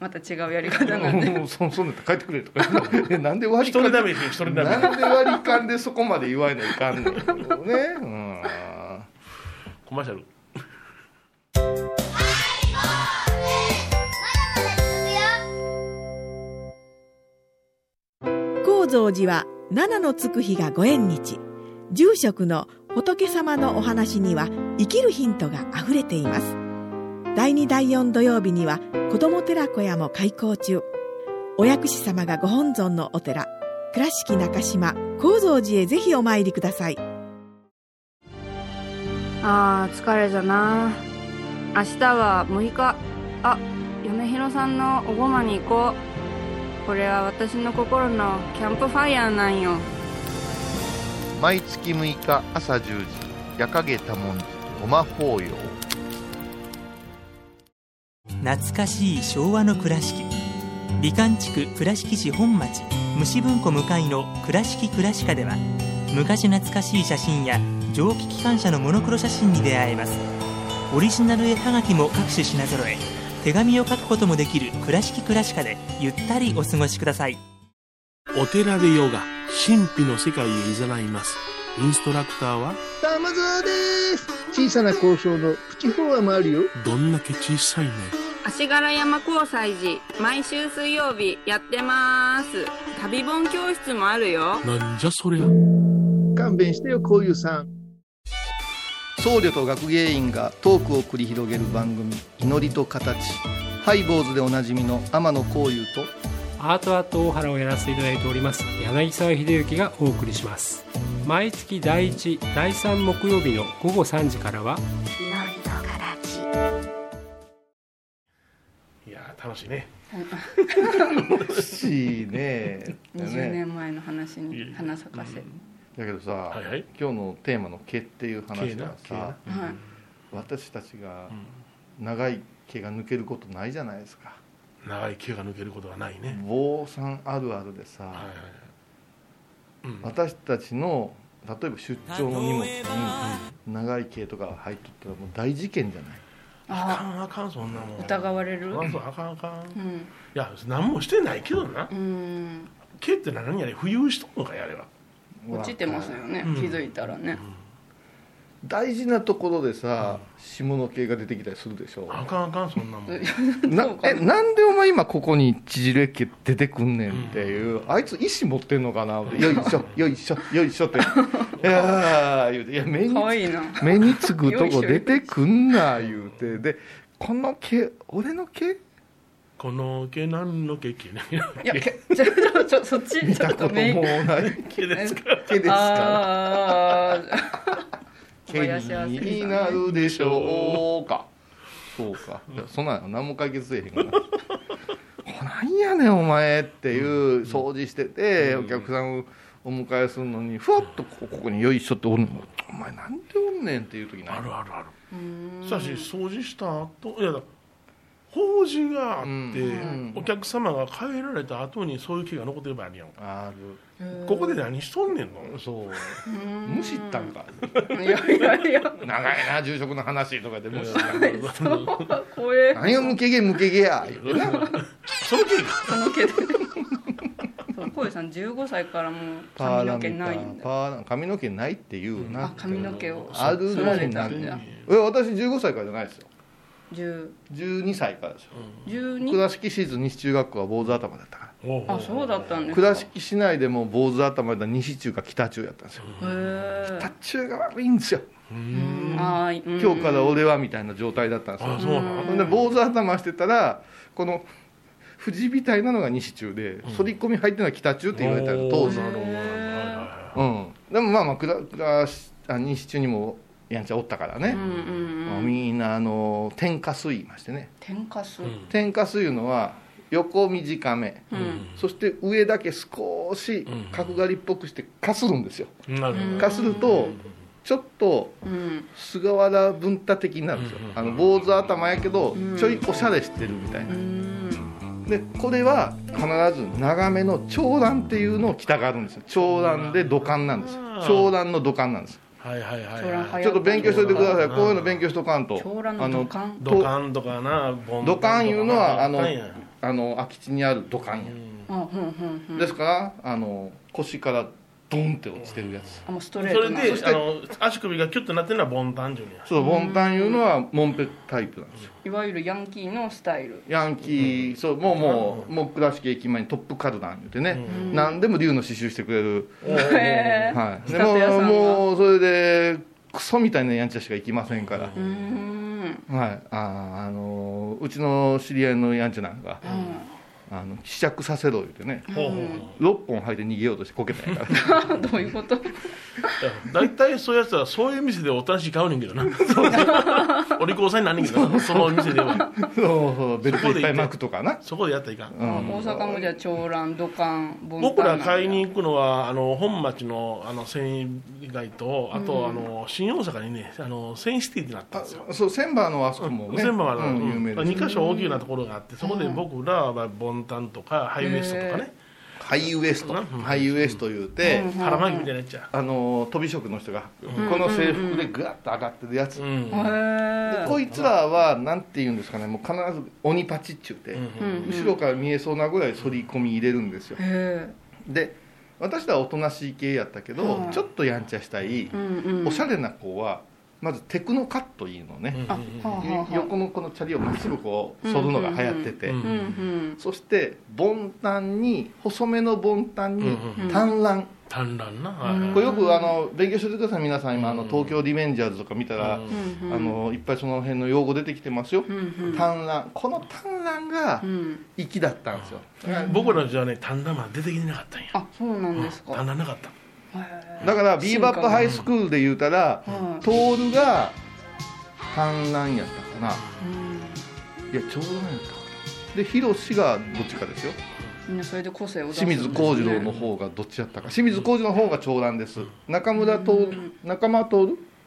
Speaker 1: また違うやり方なんで
Speaker 2: もう そそんなんやったら帰ってくれとか言うのえなんで割り
Speaker 3: 一人
Speaker 2: 勘
Speaker 3: 鍋にしよう一人鍋
Speaker 2: なんで割り勘でそこまで言わないいかんのよねうん
Speaker 3: コマーシャル
Speaker 4: 高蔵寺は七のつく日がご縁日住職の仏様のお話には生きるヒントがあふれています第2第4土曜日には子ども寺小屋も開校中お薬師様がご本尊のお寺倉敷中島・高蔵寺へぜひお参りください
Speaker 1: あー疲れじゃな明日は6日あ嫁ひろさんのおごまに行こうこれは私の心のキャンプファイヤーなんよ
Speaker 2: 毎月6日朝10時夜影多文字ごま法要
Speaker 5: 懐かしい昭和の倉敷美観地区倉敷市本町虫文庫向かいの「倉敷倉歯科」では昔懐かしい写真や蒸気機関車のモノクロ写真に出会えますオリジナル絵はがきも各種品揃え手紙を書くこともできる「倉敷倉歯科」でゆったりお過ごしください
Speaker 6: お寺でヨガ神秘の世界へ誘いますインストラクターは
Speaker 7: 玉沢です小さな交渉のプチフォアもあるよ
Speaker 6: どんだけ小さいね
Speaker 1: 足柄山交際時毎週水曜日やってます旅本教室もあるよ
Speaker 6: なんじゃそりゃ
Speaker 7: 看勘弁してよこういうさん
Speaker 2: 僧侶と学芸員がトークを繰り広げる番組「祈りと形」ハイボーズでおなじみの天野幸雄と
Speaker 8: アートアート大原をやらせていただいております柳沢秀幸がお送りします毎月第1第3木曜日の午後3時からは
Speaker 3: いやー楽しいね
Speaker 2: 欲しいね
Speaker 1: 20年前の話に花咲かせ、
Speaker 2: だけどさ、
Speaker 3: はいはい
Speaker 2: 今日のテーマの「毛」っていう話が
Speaker 3: 毛な
Speaker 2: さ
Speaker 1: はい
Speaker 2: 私たちが
Speaker 3: うん
Speaker 2: 長い毛が抜けることないじゃないですか
Speaker 3: 長い毛が抜けることはないね、
Speaker 2: 坊さんあるあるでさ、
Speaker 3: はいはいはいうん
Speaker 2: 私たちの例えば出張の荷物に長い毛とか入っとったらもう大事件じゃない
Speaker 3: あか
Speaker 1: あ
Speaker 3: んあかんそんなもん
Speaker 1: あ疑われる
Speaker 3: あそうあかんあかん、
Speaker 1: う
Speaker 3: い
Speaker 1: ん
Speaker 3: や何もしてないけどな
Speaker 1: うん
Speaker 3: 毛って何やれ浮遊しとんのかやれば
Speaker 1: 落ちてますよね、
Speaker 3: うん
Speaker 1: 気づいたらね、
Speaker 2: 大事なところでさ、下の毛が出てきたりするでしょ
Speaker 3: あかんあかんそんなもん
Speaker 2: な
Speaker 1: そうか
Speaker 2: え
Speaker 1: な
Speaker 2: なんでお前今ここに縮れ毛出てくんねんっていう、あいつ意思持ってんのかなよいしょよいしょよいしょっていやー言うていや目に
Speaker 1: 可愛いな
Speaker 2: 目につくとこ出てくんな言うてでこの毛俺の毛
Speaker 3: この毛何の毛毛 何の
Speaker 1: いやけちょちょちょそっち
Speaker 2: 見
Speaker 1: ちょ
Speaker 2: た
Speaker 1: っ
Speaker 2: こととも
Speaker 1: メイク
Speaker 2: ない
Speaker 3: 毛ですか
Speaker 2: 毛ですから
Speaker 1: あ
Speaker 2: 毛
Speaker 1: おやし合わせですね
Speaker 2: になるでしょうかそうかいやそんなの何も解決せえへんからこなんやねん お前っていう掃除しててお客さんをお迎えするのにふわっとこここによいしょっておるのお前なんでおんねんっていう時な
Speaker 3: あ
Speaker 2: い
Speaker 3: るあるある
Speaker 1: ーうん
Speaker 3: さし掃除した後いやだ法事があって、
Speaker 2: うん
Speaker 3: お客様が帰られた後にそういう毛が残ってればあるやんか
Speaker 2: あ
Speaker 3: ここで何しとんねんの
Speaker 2: るそう無視ったんか
Speaker 1: いやいやいや
Speaker 2: 長いな住職の話とかで無視ったんか
Speaker 1: 怖え
Speaker 2: 何をムケ毛ムケ毛や言うてな
Speaker 3: その毛が
Speaker 1: その 毛でそう小さん15歳からもう
Speaker 2: パ
Speaker 1: 髪
Speaker 2: ーラ
Speaker 1: の
Speaker 2: ン
Speaker 1: 毛
Speaker 2: タ
Speaker 1: ない
Speaker 2: ン
Speaker 1: んだ
Speaker 2: パーラン髪の毛ないっていうな
Speaker 1: あ髪の毛を
Speaker 2: ある
Speaker 1: 剃
Speaker 2: の
Speaker 1: られ
Speaker 2: に
Speaker 1: た
Speaker 2: なんん
Speaker 1: だ
Speaker 2: え私15歳からじゃないですよ
Speaker 1: 10
Speaker 2: 12歳からですよ
Speaker 1: 12
Speaker 2: 倉敷市立西中学校は坊主頭だったか
Speaker 3: おうお
Speaker 1: あそうだったんで
Speaker 2: ら
Speaker 1: すか
Speaker 2: 倉敷市内でも坊主頭だ西中か北中やったんですよ
Speaker 1: へ
Speaker 2: 北中が悪いんですよ
Speaker 1: えあーうん
Speaker 2: 今日から俺はみたいな状態だったんです
Speaker 3: あ
Speaker 2: よ
Speaker 3: そうなの
Speaker 2: ほんで坊主頭してたらこの藤みたいなのが西中で反り込み入ってるのが北中って言われたの当時
Speaker 3: なるほど
Speaker 1: へ
Speaker 2: うんでもまあまあ倉倉あ西中にもやんちゃおったからね
Speaker 1: うんうん
Speaker 2: まあ
Speaker 1: うん
Speaker 2: みんなあの天下水いましてね
Speaker 1: 天かすうん
Speaker 2: 天下水いうのは横短めそして上だけ少し角刈りっぽくしてかするんですよ
Speaker 3: なるほど
Speaker 2: かするとちょっと
Speaker 1: うん
Speaker 2: 菅原文太的になるんですよ
Speaker 3: うん
Speaker 2: あの坊主頭やけど
Speaker 1: うん
Speaker 2: ちょいおしゃれしてるみたいうなんでこれは必ず長めの長蘭っていうのを着たがるんですよ長蘭で土管なんですよ
Speaker 3: あー
Speaker 2: 長蘭の土管なんです
Speaker 3: はいはいはい
Speaker 1: そら
Speaker 3: は
Speaker 1: 早
Speaker 3: い
Speaker 1: い
Speaker 2: ちょっと勉強しといてください
Speaker 3: 長蘭
Speaker 2: こういうの勉強しとかんと
Speaker 1: 長蘭
Speaker 2: あ
Speaker 1: の土
Speaker 2: の
Speaker 1: 管
Speaker 3: 土管とかな
Speaker 2: 土管いうのはあの
Speaker 3: ボンドとかな
Speaker 2: あの空き地にある土管や
Speaker 1: あうんうんうん
Speaker 2: ですからあの腰からドンって落ちてるやつ
Speaker 1: あもうスト
Speaker 3: そ
Speaker 1: レー
Speaker 3: れ
Speaker 1: トな
Speaker 3: で
Speaker 2: そして
Speaker 3: あの足首がキュッとなってるのはボンタンジュニア
Speaker 2: そうボンタンいうのはモンペタイプなんですよ
Speaker 1: いわゆるヤンキーのスタイル
Speaker 2: ヤンキーそうもうもうもう倉敷駅前にトップカルダン言うてね、
Speaker 1: ん
Speaker 2: 何でも竜の刺繍してくれる、
Speaker 1: へえ
Speaker 2: はい
Speaker 1: 仕
Speaker 2: で
Speaker 1: 立て屋さん
Speaker 2: もう
Speaker 1: が
Speaker 2: もうそれでクソみたいなヤンチャしか行きませんから、
Speaker 1: うーん
Speaker 2: はいあーあのーうちの知り合いのヤンチャなんか、あの試着させろ言うてね
Speaker 3: ほうほう
Speaker 2: 6本履いて逃げようとしてこけたんやから
Speaker 1: うんどういうこと
Speaker 3: 大体そういうやつはそういう店でおとなしい買うねんけど なお利口さんになんねんけどなその店では
Speaker 2: そうそうベルトいっぱい巻くとかな
Speaker 3: そこでやったらいかん
Speaker 1: あ大阪もじゃあ長蘭土管ボンタン
Speaker 3: 僕ら買いに行くのはあの本町のあの繊維街とあと、あの新大阪にねあの繊維シティってなったんですよ
Speaker 2: あそう千葉のあそこもね
Speaker 3: 全部あの、
Speaker 2: うん有名ですね
Speaker 3: 2か所大きなところがあってそこで僕らはボンタンとかハイウエストとかね
Speaker 2: ハイウエスト、
Speaker 3: うん
Speaker 2: ハイウエスト言うて、
Speaker 3: 腹巻きみたいなやつや
Speaker 2: あの飛び職の人が、この制服でぐわっと上がってるやつ、
Speaker 3: う
Speaker 2: で
Speaker 3: ん
Speaker 1: へえ
Speaker 2: こいつらはなんて言うんですかねもう必ず鬼パチっちゅうて、
Speaker 1: ん
Speaker 2: 後ろから見えそうなぐらい反り込み入れるんですよ、
Speaker 1: へ
Speaker 2: で私らはおとなしい系やったけど、
Speaker 1: うん
Speaker 2: ちょっとやんちゃしたい、
Speaker 1: えうんうん
Speaker 2: おしゃれな子はまずテクノカットいいのね、
Speaker 1: あはあはあはあ
Speaker 2: 横のこのチャリをまっすぐこう反るのが流行ってて、
Speaker 3: うんうん
Speaker 1: うんうん
Speaker 2: そして凡端に細めの凡端
Speaker 3: うんう
Speaker 2: に
Speaker 3: ん
Speaker 1: うん
Speaker 2: 単乱、
Speaker 3: 単乱な、はいはい
Speaker 2: これよくあの勉強しててください皆さん今あの
Speaker 3: うん
Speaker 2: 東京リベンジャーズとか見たら、
Speaker 1: うんうん
Speaker 2: あのいっぱいその辺の用語出てきてますよ、
Speaker 1: うんうん
Speaker 2: 単乱この単乱が
Speaker 1: うん
Speaker 2: 粋だったんですよ、
Speaker 3: 僕らじゃね単乱まで出てきてなかったんや
Speaker 1: あそうなんです
Speaker 3: 単
Speaker 1: か
Speaker 3: 乱なかった
Speaker 2: だからビーバップハイスクールで言うたら、
Speaker 1: はい
Speaker 2: トールが単乱やったかな、いやちょうどなんやったかなで広志がどっちかですよ
Speaker 1: みんなそれで個性を出す
Speaker 2: 清水幸次郎の方がどっちやったか清水幸次郎の方が長男です中村徹中間徹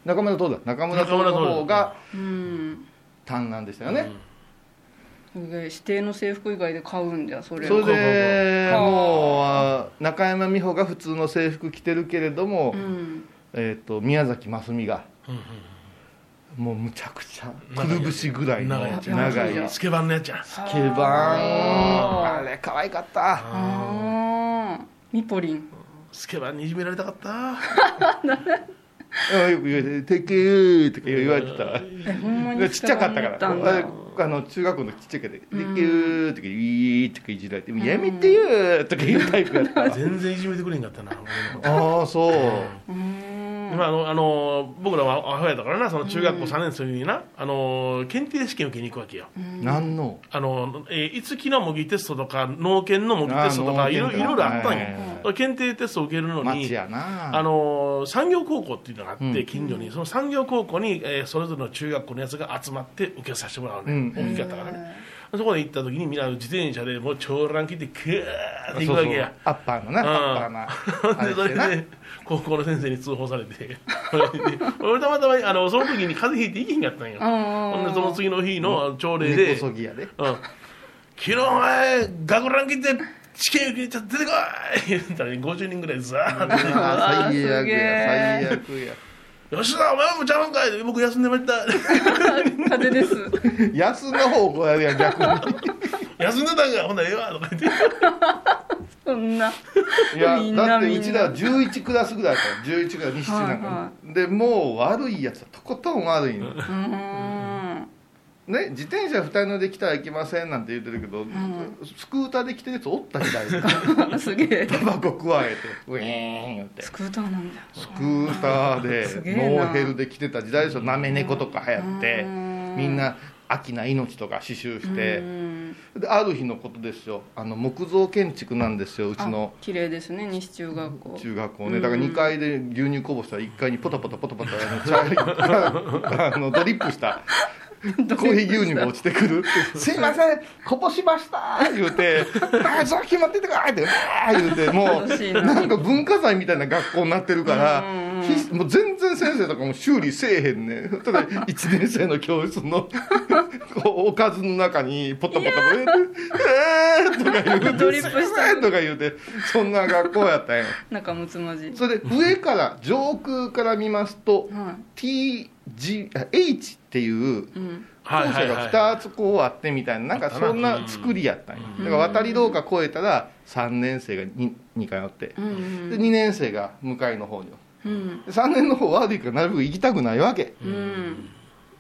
Speaker 2: 中村徹だ中村徹の方が
Speaker 1: うん
Speaker 2: 単男でしたよね、
Speaker 1: それで指定の制服以外で買うんだよそれ
Speaker 2: そ
Speaker 1: を
Speaker 2: れで
Speaker 1: うん
Speaker 2: もうあ中山美穂が普通の制服着てるけれども、
Speaker 1: うん
Speaker 2: えー、と宮崎真澄が
Speaker 3: うんうん
Speaker 2: もうむちゃくちゃくるぶしぐらいの
Speaker 3: 長いや
Speaker 2: 長
Speaker 3: つ
Speaker 1: や長い
Speaker 2: い
Speaker 1: や
Speaker 3: スケバンのやつやん
Speaker 2: スケバンあれ可愛かった
Speaker 1: ああミポ リン
Speaker 3: スケバンにいじめられたかった
Speaker 2: うんよく言われて「てけー」とか言われてた
Speaker 1: えほんまに
Speaker 2: ちっちゃかったから
Speaker 1: んだ
Speaker 2: ああの中学校のちっちゃくて「できゅー」とか「ウィー」とかいじられて「もうやめてよ」とか言うタイプやったわ
Speaker 3: 全然いじめてくれんかったな
Speaker 2: ああそう
Speaker 3: 今あのあの僕らはアホやだからなその中学校3年生の時にな、あの検定試験受けに行くわけよ、
Speaker 2: 何の
Speaker 3: あのえーいつきの模擬テストとか脳研の模擬テストと
Speaker 2: あ
Speaker 3: か
Speaker 2: ー
Speaker 3: いろ
Speaker 2: 脳
Speaker 3: い
Speaker 2: 研とか
Speaker 3: ろいろあったんよ
Speaker 2: はいはいはい、
Speaker 3: だから検定テストを受けるのに
Speaker 2: 町やな
Speaker 3: あの産業高校っていうのがあって、
Speaker 2: うん
Speaker 3: 近所にその産業高校に、えーそれぞれの中学校のやつが集まって受けさせてもらうね、
Speaker 2: うん
Speaker 3: 大きかったからね、そこで行った時にみんな自転車でもう長ラン切ってクーって
Speaker 2: そうそ
Speaker 3: 行くわ
Speaker 2: う
Speaker 3: けや
Speaker 2: アッパーのなアッパーなあ
Speaker 3: で
Speaker 2: れ
Speaker 3: そ
Speaker 2: し
Speaker 3: れ
Speaker 2: てな
Speaker 3: で高校の先生に通報されて俺たまたまあのその時に風邪ひいて行けんかったんよほんでその次の日の朝礼で
Speaker 2: 根こそぎやで
Speaker 3: うん昨日お前学ラン切って試験受けちゃ出てこい言ったら50人ぐらいザー って
Speaker 2: あー最
Speaker 1: す
Speaker 2: 悪
Speaker 1: げ
Speaker 2: や
Speaker 1: え
Speaker 2: 最悪や
Speaker 3: 吉田お前も邪魔かい僕休んでました
Speaker 1: 風です
Speaker 2: 安の方こうやるやん逆に
Speaker 3: 休んでたんかほんならええわとか言って
Speaker 1: そんない みんな
Speaker 2: やだって
Speaker 1: みん
Speaker 2: う
Speaker 1: な
Speaker 2: ちらは11クラスぐらいだったよ11クラス27なんか、
Speaker 1: はいは
Speaker 2: でもう悪いやつはとことん悪いの
Speaker 1: うーん
Speaker 2: ね、自転車2人乗りで来たらいけませんなんて言ってるけど、スクーターで来てるやつおったみたいで
Speaker 1: すげえ
Speaker 2: タバコ食われてウィーン言って
Speaker 1: スクーターなんだ
Speaker 2: スクータ
Speaker 1: す
Speaker 2: ー
Speaker 1: げ
Speaker 2: で
Speaker 1: えな
Speaker 2: ノーヘルで来てた時代でしょなめ猫とか流行って
Speaker 1: うん
Speaker 2: みんな秋な命とか刺繍し
Speaker 1: う
Speaker 2: て
Speaker 1: ん
Speaker 2: である日のことですよあの木造建築なんですようち
Speaker 1: あ
Speaker 2: の
Speaker 1: 綺麗ですね西中学校
Speaker 2: 中学校ねだから2階で牛乳こぼしたら1階にポタポタポタポタあの 茶あのドリップしたコーヒー牛乳が落ちてくる「すいませんこぼしました」言うて「ああそう決まっててくい」って「わあ」言うても
Speaker 1: 楽しいうな
Speaker 2: なんか文化財みたいな学校になってるから。ひもう全然先生とかも修理せえへんねただ1年生の教室のこうおかずの中にポタポタポタえーとか言うて
Speaker 1: ドリップした
Speaker 2: すいませんとか言うてそんな学校やったんや
Speaker 1: 仲睦まじい
Speaker 2: それで上から上空から見ますと、
Speaker 1: は
Speaker 2: TG あ H っていう
Speaker 1: うん
Speaker 2: 校
Speaker 3: はいは
Speaker 2: 舎
Speaker 3: いは
Speaker 2: が
Speaker 3: い
Speaker 2: 2つこうあってみたいななんかそん
Speaker 3: あった
Speaker 2: な
Speaker 3: な
Speaker 2: 作りやったんやだから渡り廊下越えたら3年生が 2, 2回あってで
Speaker 1: うんうん
Speaker 2: 2年生が向かいの方に
Speaker 1: うん
Speaker 2: で3年の方は悪いからなるべく行きたくないわけ
Speaker 1: うんうん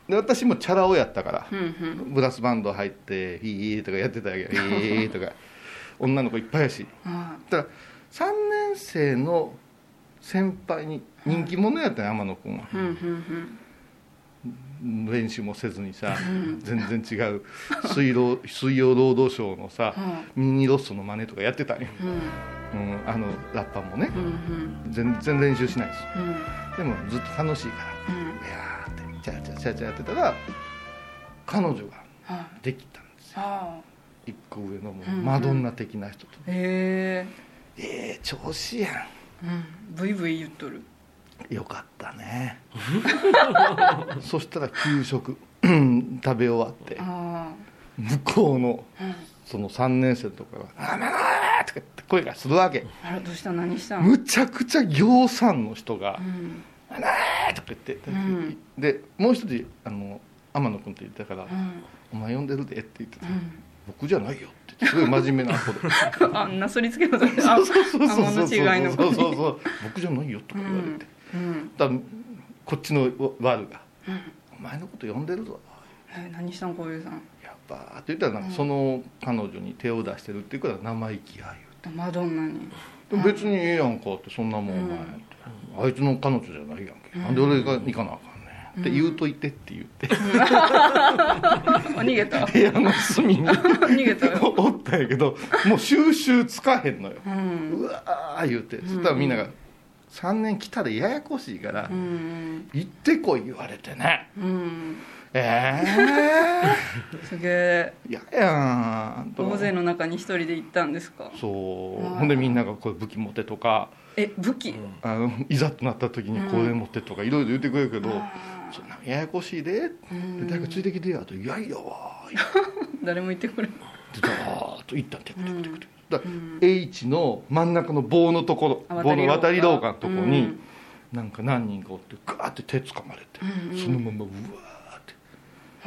Speaker 2: で私もチャラ男やったから
Speaker 1: うん
Speaker 2: ブラスバンド入って「ヒー」とかやってたわけ ど「ヒー」とか女の子いっぱいやし
Speaker 1: は
Speaker 2: たら3年生の先輩に人気者やったんや天野君はい
Speaker 1: うんうん
Speaker 2: 練習もせずにさ全然違う水道水曜労働省のさミニロッソの真似とかやってたんよ、
Speaker 1: うんうん
Speaker 2: うん、あのラッパーもね
Speaker 1: うんうん
Speaker 2: 全然練習しないです
Speaker 1: うん
Speaker 2: でもずっと楽しいから
Speaker 1: うん
Speaker 2: いやーってチャチャチャチャやってたら彼女が
Speaker 1: は
Speaker 2: できたんです
Speaker 1: いはあ
Speaker 2: 一個上のもう
Speaker 1: うん
Speaker 2: マドンナ的な人と、
Speaker 1: へ
Speaker 2: ええ調子や
Speaker 1: えうんブイブイ言っとる
Speaker 2: んよかった ねそしたら給食うん食べ終わって
Speaker 1: あ
Speaker 2: 向こうのその3年生とかが「あまあとかって声がするわけ
Speaker 1: ああらどうした何したん
Speaker 2: むちゃくちゃ行産の人が
Speaker 1: うん
Speaker 2: 「あらーとか言って、
Speaker 1: ん
Speaker 2: でもう一人あの天野君って言ってたから「
Speaker 1: うん
Speaker 2: お前呼んでるで」って言ってた、
Speaker 1: うん
Speaker 2: 僕じゃないよ」ってすごい真面目な子 で
Speaker 1: あんなすりつけようとしてああ物違いの
Speaker 2: そうそうそ
Speaker 1: 子
Speaker 2: うそう僕じゃないよとか言われて、
Speaker 1: うん
Speaker 2: だからこっちのワルがお前のこと呼んでるぞ
Speaker 1: え何したんこういうさん
Speaker 2: やっぱ」って言ったらなんか、
Speaker 1: うん
Speaker 2: その彼女に手を出してるっていうから生意気や言う
Speaker 1: マドンナに
Speaker 2: でも別にええやんかってそんなもんお前、あいつの彼女じゃないやんけ、なんで俺が行かなあかんねんって言うといてって言って、
Speaker 1: あ逃げた
Speaker 2: 部屋の隅に
Speaker 1: 逃げたよ、
Speaker 2: おったんやけどもう収集つかへんのよ、
Speaker 1: うん、
Speaker 2: うわー言うてそしたらみんなが「3年来たらややこしいから、
Speaker 1: うん
Speaker 2: 行ってこい」言われてね
Speaker 1: うん
Speaker 2: え
Speaker 1: すげえ
Speaker 2: えー、ややんと思
Speaker 1: 大
Speaker 2: っ
Speaker 1: 勢
Speaker 2: て
Speaker 1: の中に一人で行ったんですか
Speaker 2: そう
Speaker 1: うん
Speaker 2: ほんでみんながこういう武器持てとか
Speaker 1: え武器、
Speaker 2: あのいざとなった時にこれ持ってとかいろいろ言ってくれるけど、そんなんややこしいで
Speaker 1: うん
Speaker 2: で誰かついてきてやと「いやいやわ」
Speaker 1: 誰も行ってくれん
Speaker 2: ってダーッと行ったってこと
Speaker 1: うん
Speaker 2: だから
Speaker 1: うん
Speaker 2: H の真ん中の棒のとこ
Speaker 1: あ
Speaker 2: ろ棒の渡
Speaker 1: 渡り
Speaker 2: り
Speaker 1: 廊
Speaker 2: 廊
Speaker 1: 下
Speaker 2: 下のところ
Speaker 1: う
Speaker 2: に
Speaker 1: ん
Speaker 2: なんか何人かおってガーって手つかまれて
Speaker 1: うんうん
Speaker 2: そのままうわーって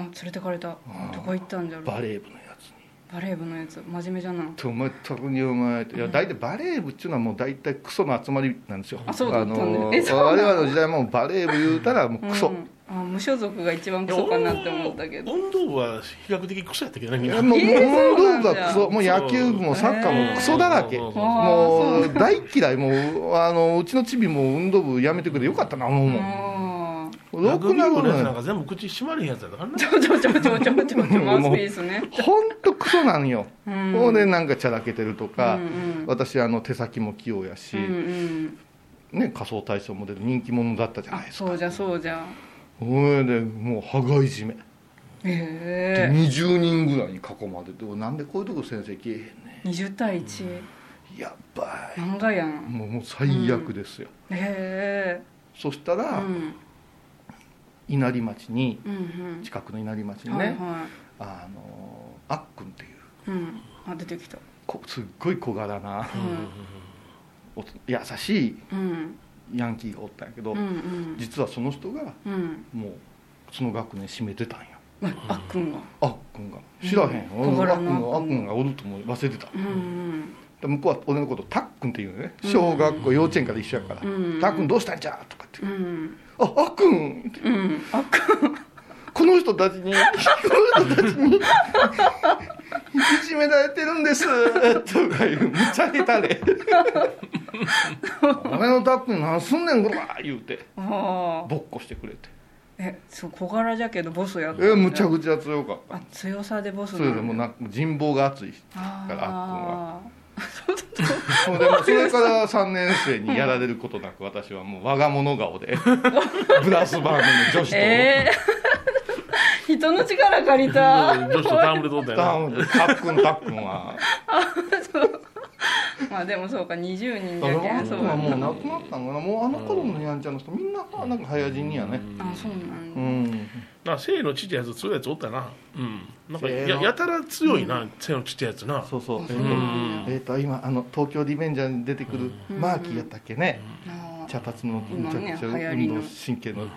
Speaker 1: あ連れてかれたどこ行ったんじゃろう
Speaker 2: バレー部のやつに
Speaker 1: バレー部のやつ真面目じゃな
Speaker 2: 「とお前特にお前」っていや大体バレー部っていうのはもう大体クソの集まりなんですよ
Speaker 1: あそうだったんだ
Speaker 2: の
Speaker 1: え
Speaker 2: 我
Speaker 1: そうなの
Speaker 2: 々の時代はもうバレー部言うたらもうクソ、
Speaker 1: うん、あ無所属が一番クソかなって思ったけど
Speaker 3: 運動部は比較的クソやったけどねみ
Speaker 2: い
Speaker 3: んな
Speaker 2: やもう
Speaker 1: えー
Speaker 2: 運動部
Speaker 1: そうなん
Speaker 2: が
Speaker 1: だ
Speaker 2: クソもう野球部もサッカーもクソだらけ
Speaker 3: そうそうそう
Speaker 1: あー
Speaker 2: も
Speaker 1: そう
Speaker 2: 大嫌いもうあのうちのチビも運動部やめてくれよかったな思うもん
Speaker 1: あ
Speaker 3: ラ
Speaker 2: ろ
Speaker 3: グ
Speaker 2: く
Speaker 3: ビ
Speaker 2: な
Speaker 3: ー部
Speaker 2: も
Speaker 3: のやつなん
Speaker 2: の
Speaker 3: か全部口閉まるやつやったからな
Speaker 1: あちょちょちょちょちょちょちょマウスピースね
Speaker 2: ほんとクソなんよ
Speaker 1: うん
Speaker 2: ほうでなんかちゃらけてるとか
Speaker 1: うんうん
Speaker 2: 私あの手先も器用やし
Speaker 1: うんうん
Speaker 2: ね仮装大賞も出る人気者だったじゃ
Speaker 1: あ
Speaker 2: ないです
Speaker 1: そう
Speaker 2: か
Speaker 1: じゃそうじゃ
Speaker 2: それでもう羽交い締めで
Speaker 1: ええ
Speaker 2: 20人ぐらいに囲まれてなんでこういうとこ先生来えへんね
Speaker 1: 20対1
Speaker 2: んやばい
Speaker 1: 漫画やん
Speaker 2: もうもう最悪ですよ
Speaker 1: へ
Speaker 2: そした
Speaker 1: えう
Speaker 2: ら
Speaker 1: ん
Speaker 2: 稲荷町に
Speaker 1: うんうん
Speaker 2: 近くの稲荷町に
Speaker 1: はい
Speaker 2: ね
Speaker 1: は
Speaker 2: あのあっくんっていう
Speaker 1: いうんあ出てきた
Speaker 2: こすっごい小柄な
Speaker 1: うん
Speaker 2: お優しい
Speaker 1: うん
Speaker 2: ヤンキーがおったんやけど、
Speaker 1: うんうん
Speaker 2: 実はその人が
Speaker 1: うん
Speaker 2: もうその学年占めてたんや
Speaker 1: まあっくんが
Speaker 2: あっくんが知らへん、
Speaker 1: うん小
Speaker 2: 俺
Speaker 1: 柄
Speaker 2: あっくん
Speaker 1: な
Speaker 2: があっくんがおると思い忘れてた、
Speaker 1: うんうん
Speaker 2: で向こうは俺のことたっくんって言うのね
Speaker 1: うん
Speaker 2: 小学校幼稚園から一緒やから「
Speaker 1: うん
Speaker 2: たっくんどうしたんじゃ?」とかって
Speaker 1: うん
Speaker 2: 「ああっくん」って
Speaker 1: うんあっくん
Speaker 2: この人たちにこの人たちにいじめられてるんですとか言うむちゃ下 手で「お前のタップに何すんねんこら」言うて
Speaker 1: ああ
Speaker 2: ぼっこしてくれて
Speaker 1: えそう小柄じゃけどボスやったんだ
Speaker 2: えむちゃくちゃ強かった
Speaker 1: あ強さでボス
Speaker 2: それでもうなんか人望が厚い人
Speaker 1: あ
Speaker 2: だから
Speaker 1: あ
Speaker 2: あそれでもそれから3年生にやられることなく私はもう我が物顔でブラスバンドの女子と、
Speaker 1: ええ 人の力借りた
Speaker 3: うん女子と戯れとった
Speaker 2: タ
Speaker 3: よ
Speaker 2: ッたっくんたっくんは
Speaker 1: まあでもそうか20人
Speaker 2: だか
Speaker 1: じゃけ
Speaker 2: ら
Speaker 1: ん
Speaker 2: あの
Speaker 1: そう
Speaker 2: 子はもう亡くなったんかなもうあの頃のやんちゃんの人みんななんか早死にやね
Speaker 1: あそうなん
Speaker 2: う
Speaker 1: だ
Speaker 2: ん
Speaker 3: なな生のちっちゃいやつ強いやつおったなうんなんか
Speaker 2: せー
Speaker 3: や
Speaker 2: の
Speaker 3: やたら強いな生のちっちゃいやつな
Speaker 2: そうそうえっ、
Speaker 1: う
Speaker 3: うん
Speaker 2: とえーと今あの東京リベンジャーに出てくるマーキーやったっけね
Speaker 1: ああ
Speaker 2: 茶髪の
Speaker 1: 今ね
Speaker 2: めちゃくち
Speaker 1: 流
Speaker 2: ゃ
Speaker 1: 行り
Speaker 2: 運
Speaker 1: の
Speaker 2: 動神経の
Speaker 1: うん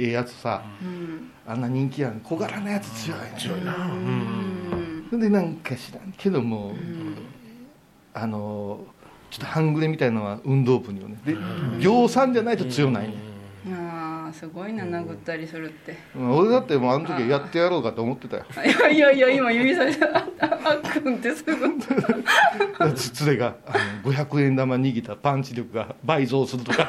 Speaker 2: ええやつさ
Speaker 1: うん
Speaker 2: あんな人気やん小柄なやつ強いね
Speaker 3: 強いなう
Speaker 1: うんん
Speaker 2: それでなんか知らんけども、あのちょっと半グレみたいなのは運動部によねで量産じゃないと強ないね、
Speaker 1: ああすごいな殴ったりするって
Speaker 2: うん俺だってもうあの時はやってやろうかと思ってたよ
Speaker 1: いやいやいや今指さしてああっくんってすごい
Speaker 2: つれがあの500円玉握ったパンチ力が倍増するとか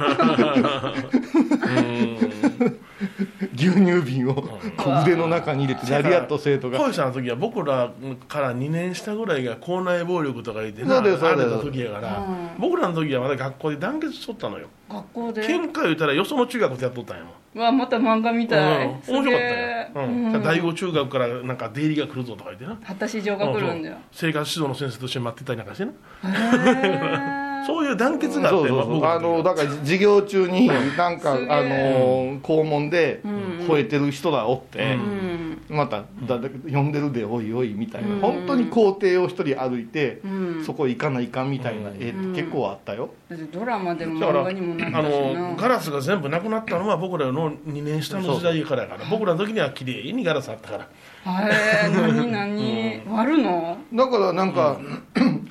Speaker 2: 牛乳瓶を小腕の中に入れてラリアット制とか
Speaker 3: 恋さんの時は僕らから2年下ぐらいが校内暴力とか言ってな
Speaker 2: そうです
Speaker 3: あれた
Speaker 2: そう
Speaker 3: 時
Speaker 2: で
Speaker 3: やから、
Speaker 1: うん
Speaker 3: 僕らの時はまだ学校で団結しとったのよ
Speaker 1: 学校で
Speaker 3: 喧嘩言うたらよその中学でやっとったんやもん
Speaker 1: うわまた漫画みたい、
Speaker 3: うん
Speaker 1: すげ
Speaker 3: 面白かった
Speaker 1: え
Speaker 3: よ、うん第五中学からなんか出入りが来るぞとか言ってな
Speaker 1: 果たし状が来るんだよ
Speaker 3: うんそう生活指導の先生として待ってたりなんかしてな
Speaker 1: へえ
Speaker 3: そういう団結があって
Speaker 2: そうそうそうあのだから授業中になんかあ
Speaker 1: すげえ
Speaker 2: の校門で
Speaker 1: ん
Speaker 2: 吠えてる人らおって、
Speaker 1: うん
Speaker 2: まただだ呼んでるでおいおいみたいな、本当に校庭を一人歩いて、
Speaker 1: うん
Speaker 2: そこ行かないかんみたいな絵って結構あったよ、
Speaker 1: だってドラマでも
Speaker 3: だか
Speaker 1: 漫
Speaker 3: ら
Speaker 1: 画にもなっ
Speaker 3: あ
Speaker 1: たしな
Speaker 3: のガラスが全部なくなったのは僕らの2年下の時代からやから僕らの時には綺麗にガラスあったから
Speaker 1: へえ何何、割るの
Speaker 2: だからなんか、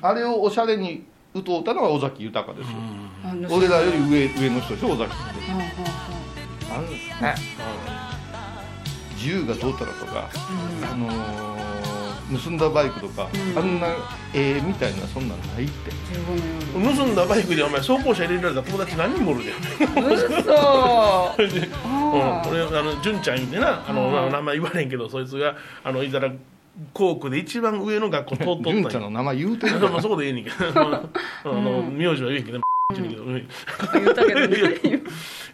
Speaker 2: あれをおしゃれに歌うたのが尾崎豊ですよ、
Speaker 1: あの
Speaker 2: 俺らより上上の人でしょ尾崎っ
Speaker 1: は
Speaker 2: て
Speaker 1: あはあは
Speaker 2: あるんですね、自由がどうたらとか、あのー盗んだバイクとか、あんなええみたいなそんなんないって
Speaker 3: 盗んだバイクでお前走行車入れられた友達何人もおるで、
Speaker 1: うそ
Speaker 3: うん、俺あの純ちゃん言うてなあの、まあ名前言われんけどそいつがあのいたら校区で一番上の学校通っとったん
Speaker 2: 純
Speaker 3: よ
Speaker 2: ちゃんの名前言うて
Speaker 3: そ
Speaker 2: る
Speaker 3: う
Speaker 2: か
Speaker 3: まあ
Speaker 2: ら
Speaker 3: そこでええね んけどあの名字は言えんけどって言うねんけどうん
Speaker 1: 言ったけどね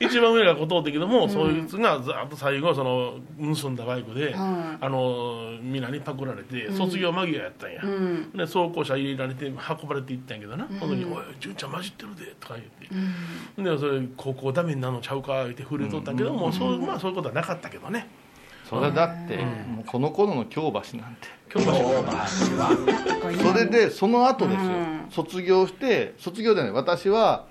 Speaker 3: 一番上がことってけども、そいつがざーっと最後その盗んだバイクで、
Speaker 1: は
Speaker 3: あの皆にパクられて卒業間際やったんや、
Speaker 1: ん
Speaker 3: で走行車入れられて運ばれていったんやけどな、その時おい純ちゃん混じってるで」とか言って、でそれ高校ダメになるのちゃうか言って震えとったけども、そうまあ、そういうことはなかったけどね
Speaker 2: それだって、もうこの頃の京橋なんて
Speaker 3: 京橋は
Speaker 2: それでその後ですよ、
Speaker 1: うん
Speaker 2: 卒業して卒業じゃない私は、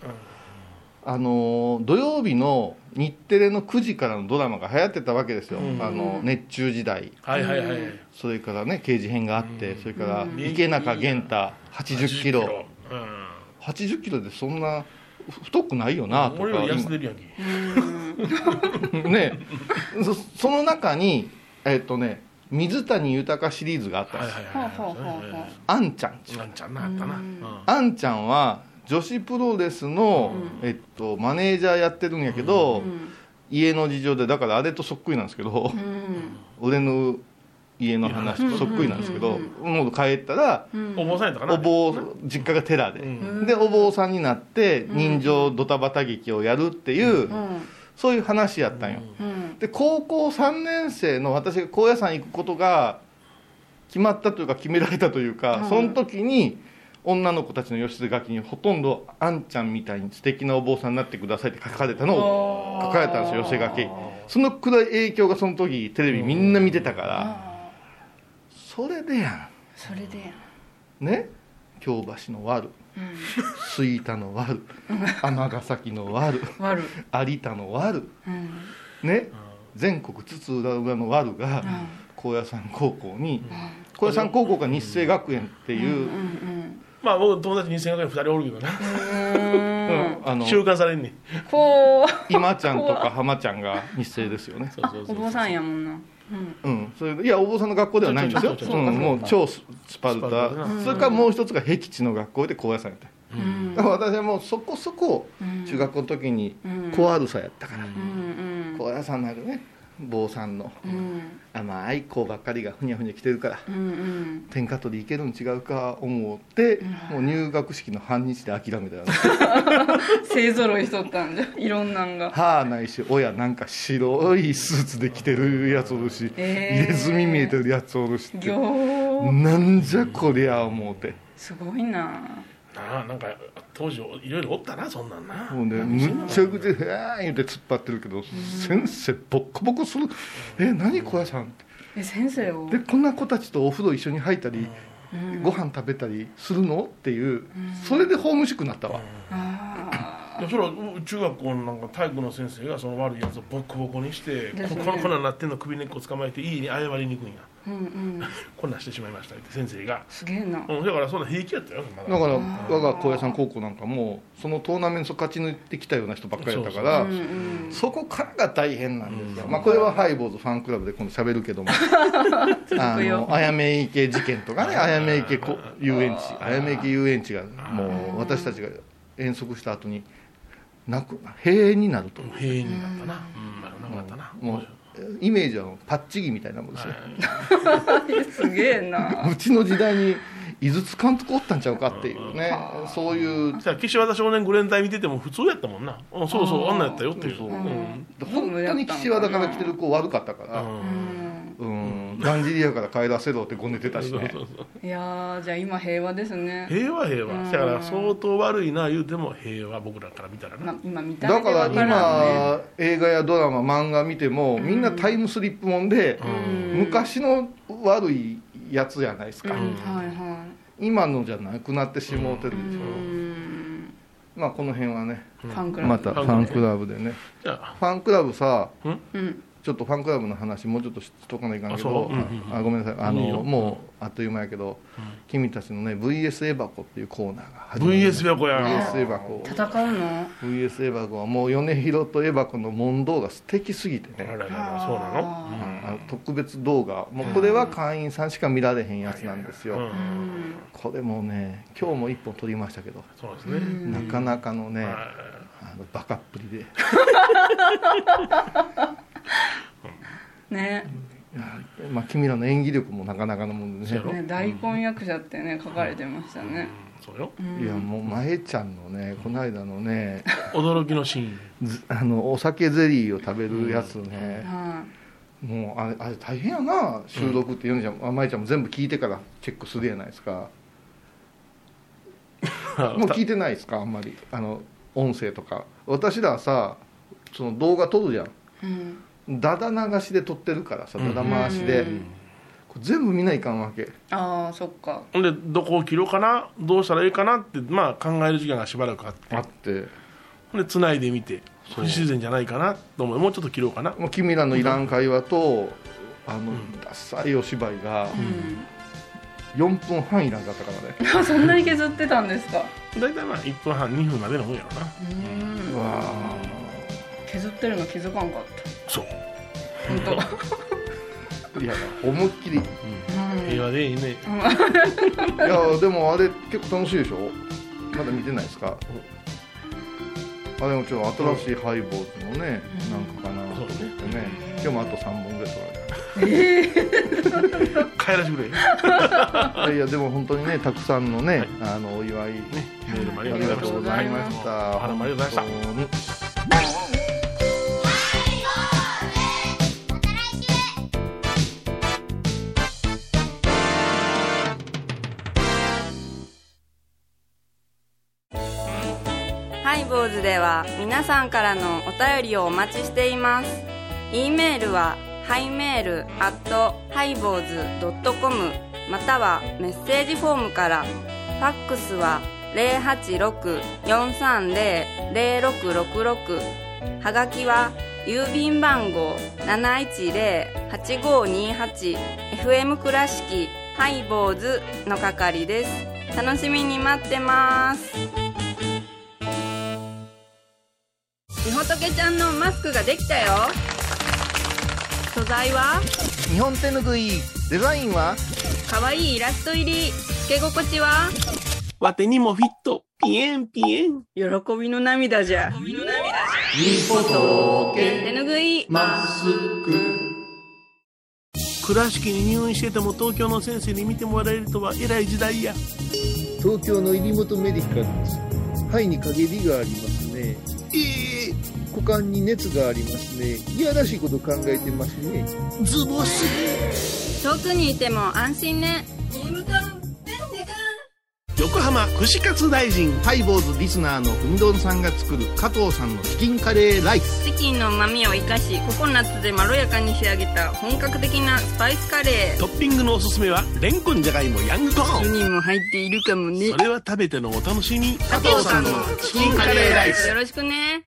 Speaker 2: あのー土曜日の日テレの9時からのドラマが流行ってたわけですよ、
Speaker 3: ん
Speaker 2: あの熱中時代
Speaker 3: はいはいはい、
Speaker 2: それからね刑事編があって、それから
Speaker 3: ん
Speaker 2: 池中玄太80キロ
Speaker 3: うん
Speaker 2: 80キロでそんな太くないよなと
Speaker 3: 俺よ
Speaker 2: か
Speaker 3: り痩せてるやんけ
Speaker 2: 今ねそ その中にえっとね水谷豊シリーズがあったん
Speaker 3: はい
Speaker 2: です
Speaker 3: はい
Speaker 2: よ
Speaker 1: あは
Speaker 3: は
Speaker 1: あ
Speaker 3: い
Speaker 1: はあはあ
Speaker 2: あんちゃんち
Speaker 3: なんちゃんなあったな、うん
Speaker 2: あんちゃんは女子プロレスの、えっと、マネージャーやってるんやけど、家の事情でだからあれとそっくりなんですけど、
Speaker 1: うん
Speaker 2: 俺の家の話とそっくりなんですけど、もう帰ったら
Speaker 3: お坊さんやったかな
Speaker 2: お坊実家が寺で、
Speaker 3: う
Speaker 2: でお坊さんになって人情ドタバタ劇をやるってい
Speaker 1: う
Speaker 2: う、
Speaker 1: ん
Speaker 2: そういう話やったんよ、
Speaker 1: うん
Speaker 2: で高校3年生の私が高野山行くことが決まったというか決められたというか、
Speaker 1: うん
Speaker 2: その時に女の子たちの吉田楽器にほとんど「あんちゃんみたいに素敵なお坊さんになってください」って書かれたのを
Speaker 1: あー
Speaker 2: 書かれたんですよ寄せ書きそのくらい影響がその時テレビみんな見てたから、
Speaker 1: ああ
Speaker 2: それでや
Speaker 1: それでや
Speaker 2: んね京橋の悪吹田の悪尼崎の悪
Speaker 1: 悪い
Speaker 2: 有田の悪
Speaker 1: うん
Speaker 2: ね、全国津々浦々のワルが高野山高校に、高野山高校が日生学園っていう、
Speaker 1: うんうん
Speaker 3: まあ僕友達2500円2人おるけどな
Speaker 2: うんあの
Speaker 3: 収監されんねん
Speaker 1: こう
Speaker 2: 今ちゃんとか浜ちゃんが日生ですよね
Speaker 3: そうそうそ
Speaker 1: お
Speaker 3: う
Speaker 1: 坊さんやもんな
Speaker 2: うん、それでいやお坊さんの学校ではないんですよ、
Speaker 3: ちょ
Speaker 2: う
Speaker 3: ちょちょちょ
Speaker 2: ん、もう超ススパル
Speaker 3: スパル
Speaker 2: タ
Speaker 3: タだな
Speaker 2: それからもう一つが僻地の学校で高野山やった
Speaker 1: うん
Speaker 2: だから私はもうそこそこ中学校の時に小アルサやったから、
Speaker 1: うん
Speaker 2: 高野山のあるね坊さんの
Speaker 1: うん
Speaker 2: 甘い子ばっかりがふにゃふにゃ来てるから
Speaker 1: うん うん
Speaker 2: 天下取りいけるん違うか思って、もう入学式の半日で諦めたよね
Speaker 1: 勢ぞろいしとったんじゃいろんなんが
Speaker 2: 歯ないし親なんか白いスーツで着てるやつおるし、
Speaker 1: えー
Speaker 2: 入れ墨見えてるやつおるしって
Speaker 1: 行
Speaker 2: なんじゃこりゃ思うて
Speaker 1: すごいな
Speaker 3: なあなんか当時いろいろおったなそんなんな
Speaker 2: もうねむっちゃくちゃ「えー言って突っ張ってるけど、先生ボッコボコする「え何小屋さん」って
Speaker 1: え先生を
Speaker 2: でこんな子たちとお風呂一緒に入ったり、ご飯食べたりするのっていうそれでホームシックになったわ、
Speaker 1: あ
Speaker 3: でそれはう中学校のなんか体育の先生がその悪いやつをボッコボコにして
Speaker 1: です
Speaker 3: こ
Speaker 1: ね
Speaker 3: このこんなんなってんの首根っこ捕まえて家に謝りに行くんや
Speaker 1: あうんうん
Speaker 3: こんなんしてしまいましたって先生が、
Speaker 1: すげえな
Speaker 3: うん、だからそんな平気やったよま
Speaker 2: だから我が高野山高校なんかもそのトーナメント勝ち抜いてきたような人ばっかりだったから
Speaker 1: うんうん
Speaker 2: そこからが大変なんですよ、まあ、これはハイボーズファンクラブで今度喋るけどもあ
Speaker 1: 続くよ
Speaker 2: のあやめ池事件とかねあやめ池こ遊園地あやめ池遊園地がもう私たちが遠足した後になく閉園になると
Speaker 3: 平気になったなうんなるなかったな
Speaker 2: もうイメージはパッチギみたいなもんですよ、
Speaker 1: すげえな
Speaker 2: うちの時代に井筒監督おったんちゃうかっていうねそういう
Speaker 3: そしたら岸和田少年グレン隊見てても普通やったもんなうんそうそうあんなんやったよっていう
Speaker 2: そう
Speaker 3: う
Speaker 2: そうん本当に岸和田から来てる子悪かったから、うん、だんじりやから帰らせろってごねてたしね
Speaker 3: そうそうそう
Speaker 1: いやーじゃあ今平和ですね
Speaker 3: 平和平和だから相当悪いな言うても平和僕らから見たらな
Speaker 1: ま今見た
Speaker 2: だ
Speaker 1: 目
Speaker 2: か
Speaker 1: で
Speaker 2: ら
Speaker 1: わからんね
Speaker 2: 今映画やドラマ漫画見てもみんなタイムスリップもんで昔の悪いやつじゃないですか
Speaker 1: うんはいはい
Speaker 2: 今のじゃなくなってしもうてるでしょ
Speaker 1: うん
Speaker 2: まあこの辺はね
Speaker 1: ファンクラブ
Speaker 2: またファンクラブでね
Speaker 3: じゃあ
Speaker 2: ファンクラブさ
Speaker 1: うん
Speaker 2: ちょっとファンクラブの話もうちょっとしとかないかんけ
Speaker 3: あそ
Speaker 2: ど
Speaker 3: ううんうん
Speaker 2: あごめんなさいあ
Speaker 3: いいよ
Speaker 2: のもうあっという間やけど、君たちのね VS エバコっていうコーナーが始まりました
Speaker 3: VS エバコや
Speaker 2: VS エバコ
Speaker 9: 戦うの
Speaker 2: VS エバコはもう米広とエバコの問答が素敵すぎて
Speaker 3: あ
Speaker 2: ね
Speaker 3: らららそうなの
Speaker 2: あの特別動画もうこれは会員さんしか見られへんやつなんです
Speaker 3: う
Speaker 2: よ
Speaker 3: ん
Speaker 2: これもね今日も一本撮りましたけど
Speaker 3: そうですね
Speaker 2: なかなかのね
Speaker 3: は
Speaker 2: あのバカっぷりで
Speaker 9: ね
Speaker 2: まあ君らの演技力もなかなかのもんで
Speaker 3: そう
Speaker 2: ね
Speaker 3: やろ
Speaker 9: ね大根役者ってね書かれてましたね
Speaker 3: いそうよ
Speaker 2: いやもうまえちゃんのねこの間のね
Speaker 3: 驚きのシーン
Speaker 2: ず あのお酒ゼリーを食べるやつね、
Speaker 9: は
Speaker 2: もうあれあれ大変やな収録って言うんじゃん、あまえちゃんも全部聞いてからチェックするやないですかもう聞いてないですかあんまりあの音声とか私らはさその動画撮るじゃん
Speaker 9: いうん
Speaker 2: だだ流しで撮ってるからさだだ回しで、
Speaker 9: うん
Speaker 2: これ全部見ないかんわけ
Speaker 9: ああそっか
Speaker 3: ほんでどこを切ろうかなどうしたらいいかなってまあ考える時間がしばらくあって
Speaker 2: あって
Speaker 3: ほんで繋いでみて不自然じゃないかなと思うもうちょっと切ろうかな
Speaker 2: もう君らのいらん会話とあの、ダサいお芝居が4分半いらんかったからね
Speaker 9: あそんなに削ってたんですか
Speaker 3: 大体まあ1分半2分までのもんやろな
Speaker 9: うん削ってるの気づかんかっ
Speaker 3: そう
Speaker 9: た本当
Speaker 2: いや思いっきりい
Speaker 3: 平和でいいね
Speaker 2: やでもあれ結構楽しいでしょまだ見てないですかあれもちょっと新しいハイボーズのね、なんかかなと思ってね今日もあと3本ぐらい
Speaker 3: 帰らせてくれ
Speaker 2: 撮られたいやでも本当にねたくさんのね、あのお祝いね
Speaker 3: メールもあ
Speaker 2: あ
Speaker 3: り
Speaker 2: り
Speaker 3: がとうござ
Speaker 2: が
Speaker 3: いま
Speaker 2: と
Speaker 3: し
Speaker 2: う
Speaker 3: た
Speaker 2: ございました
Speaker 3: お花もありがとうございました
Speaker 2: 本当に
Speaker 1: ハイボーズでは皆さんからのお便りをお待ちしています。e メールはハイメールアットハイボーズドットコムまたはメッセージフォームから。ファックスは086-430-0666はがきは郵便番号710-8528 FM 倉敷ハイボーズの係です。楽しみに待ってます。みほとけちゃんのマスクができたよ素材は
Speaker 2: 日本手ぬぐいデザインは
Speaker 1: 可愛いイラスト入りつけ心地は
Speaker 6: わてにもフィット、ピエンピエン。
Speaker 9: 喜びの涙じゃ
Speaker 1: 手ぬぐい
Speaker 6: 倉敷に入院してても東京の先生に見てもらえるとは偉い時代や。
Speaker 10: 東京の入元メディカルです肺に陰りがありますね
Speaker 6: ええ
Speaker 10: 股間に熱がありますねいやらしいこと考えてますね
Speaker 6: ズボス。
Speaker 1: 遠くにいても安心ね
Speaker 6: 横浜串カツ大臣。
Speaker 2: ハイボーズリスナーのうんどんさんが作る加藤さんのチキンカレーライス
Speaker 1: チキンの旨味を生かしココナッツでまろやかに仕上げた本格的なスパイスカレ
Speaker 6: トッピングのおすすめは、レンコンじゃがいもヤングコ
Speaker 1: ー
Speaker 6: ーン。
Speaker 1: 人も入っているかもね
Speaker 6: それは食べてのお楽しみ。
Speaker 1: 加藤さんのチキンカレーライスよろしくね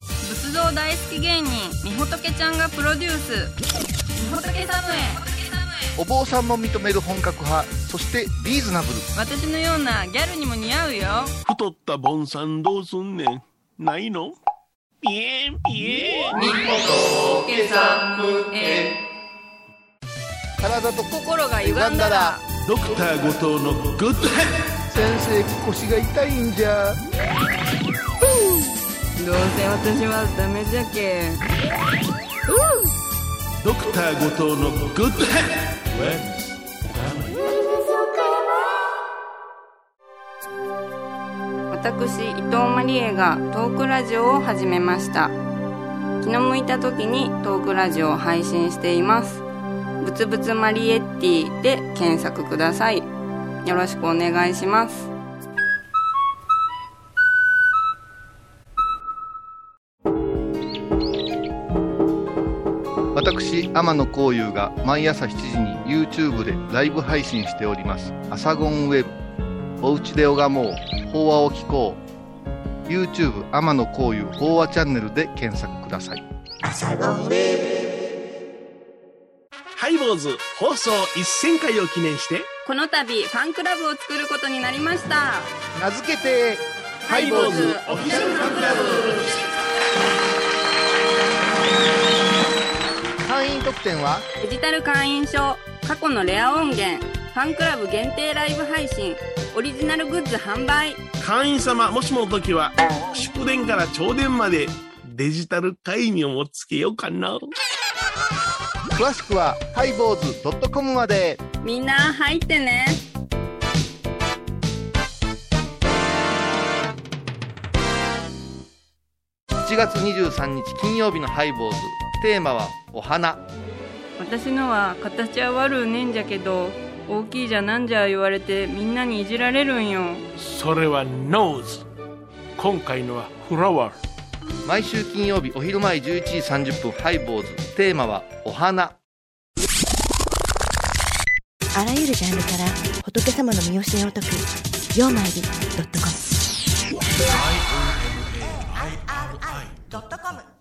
Speaker 1: 仏像大好き芸人みほとけちゃんがプロデュースみほとけサムエ
Speaker 2: お坊さんも認める本格派そしてリーズナブル
Speaker 1: 私のようなギャルにも似合うよ
Speaker 6: 太ったボンさんどうすんねん。ないのピエンピエン。
Speaker 2: 体と
Speaker 1: 心が歪んだら
Speaker 6: ドクター後藤のグッドヘッド。
Speaker 10: 先生腰が痛いんじゃ
Speaker 1: どうせ私はダメじゃけ
Speaker 6: ドクター後藤のグッドヘッド。
Speaker 1: 私伊藤マリエがトークラジオを始めました気の向いた時にトークラジオを配信していますぶつぶつマリエッティで検索くださいよろしくお願いします
Speaker 2: 私天野幸雄が毎朝7時に YouTube でライブ配信しております「アサゴンウェブ」「おうちで拝もう法話を聞こう」YouTube 天野幸雄法話チャンネルで検索ください
Speaker 6: ハイボーズ放送1000回を記念して
Speaker 1: この度ファンクラブを作ることになりました
Speaker 6: 名付けてハイボーズオフィシャルファンクラ
Speaker 1: ブ会員特典はデジタル会員証過去のレア音源ファンクラブ限定ライブ配信オリジナルグッズ販売
Speaker 6: ブ会員様もしもの時は祝電から朝電までデジタル会員をもつけようかな
Speaker 2: 詳しくはハイボーズ .com まで
Speaker 1: みんな入ってね
Speaker 2: 7月23日金曜日のハイボーズテーマは「お花
Speaker 11: 私のは形は悪うねんじゃけど大きいじゃなんじゃ言われてみんなにいじられるんよ
Speaker 3: それはノーズ今回のはフラワー」
Speaker 2: 毎週金曜日お昼前11時30分ハイボーズテーマは「お花」
Speaker 4: あらゆるジャンルから仏様の身教えを解く「曜マイり .com」
Speaker 12: i r i c o m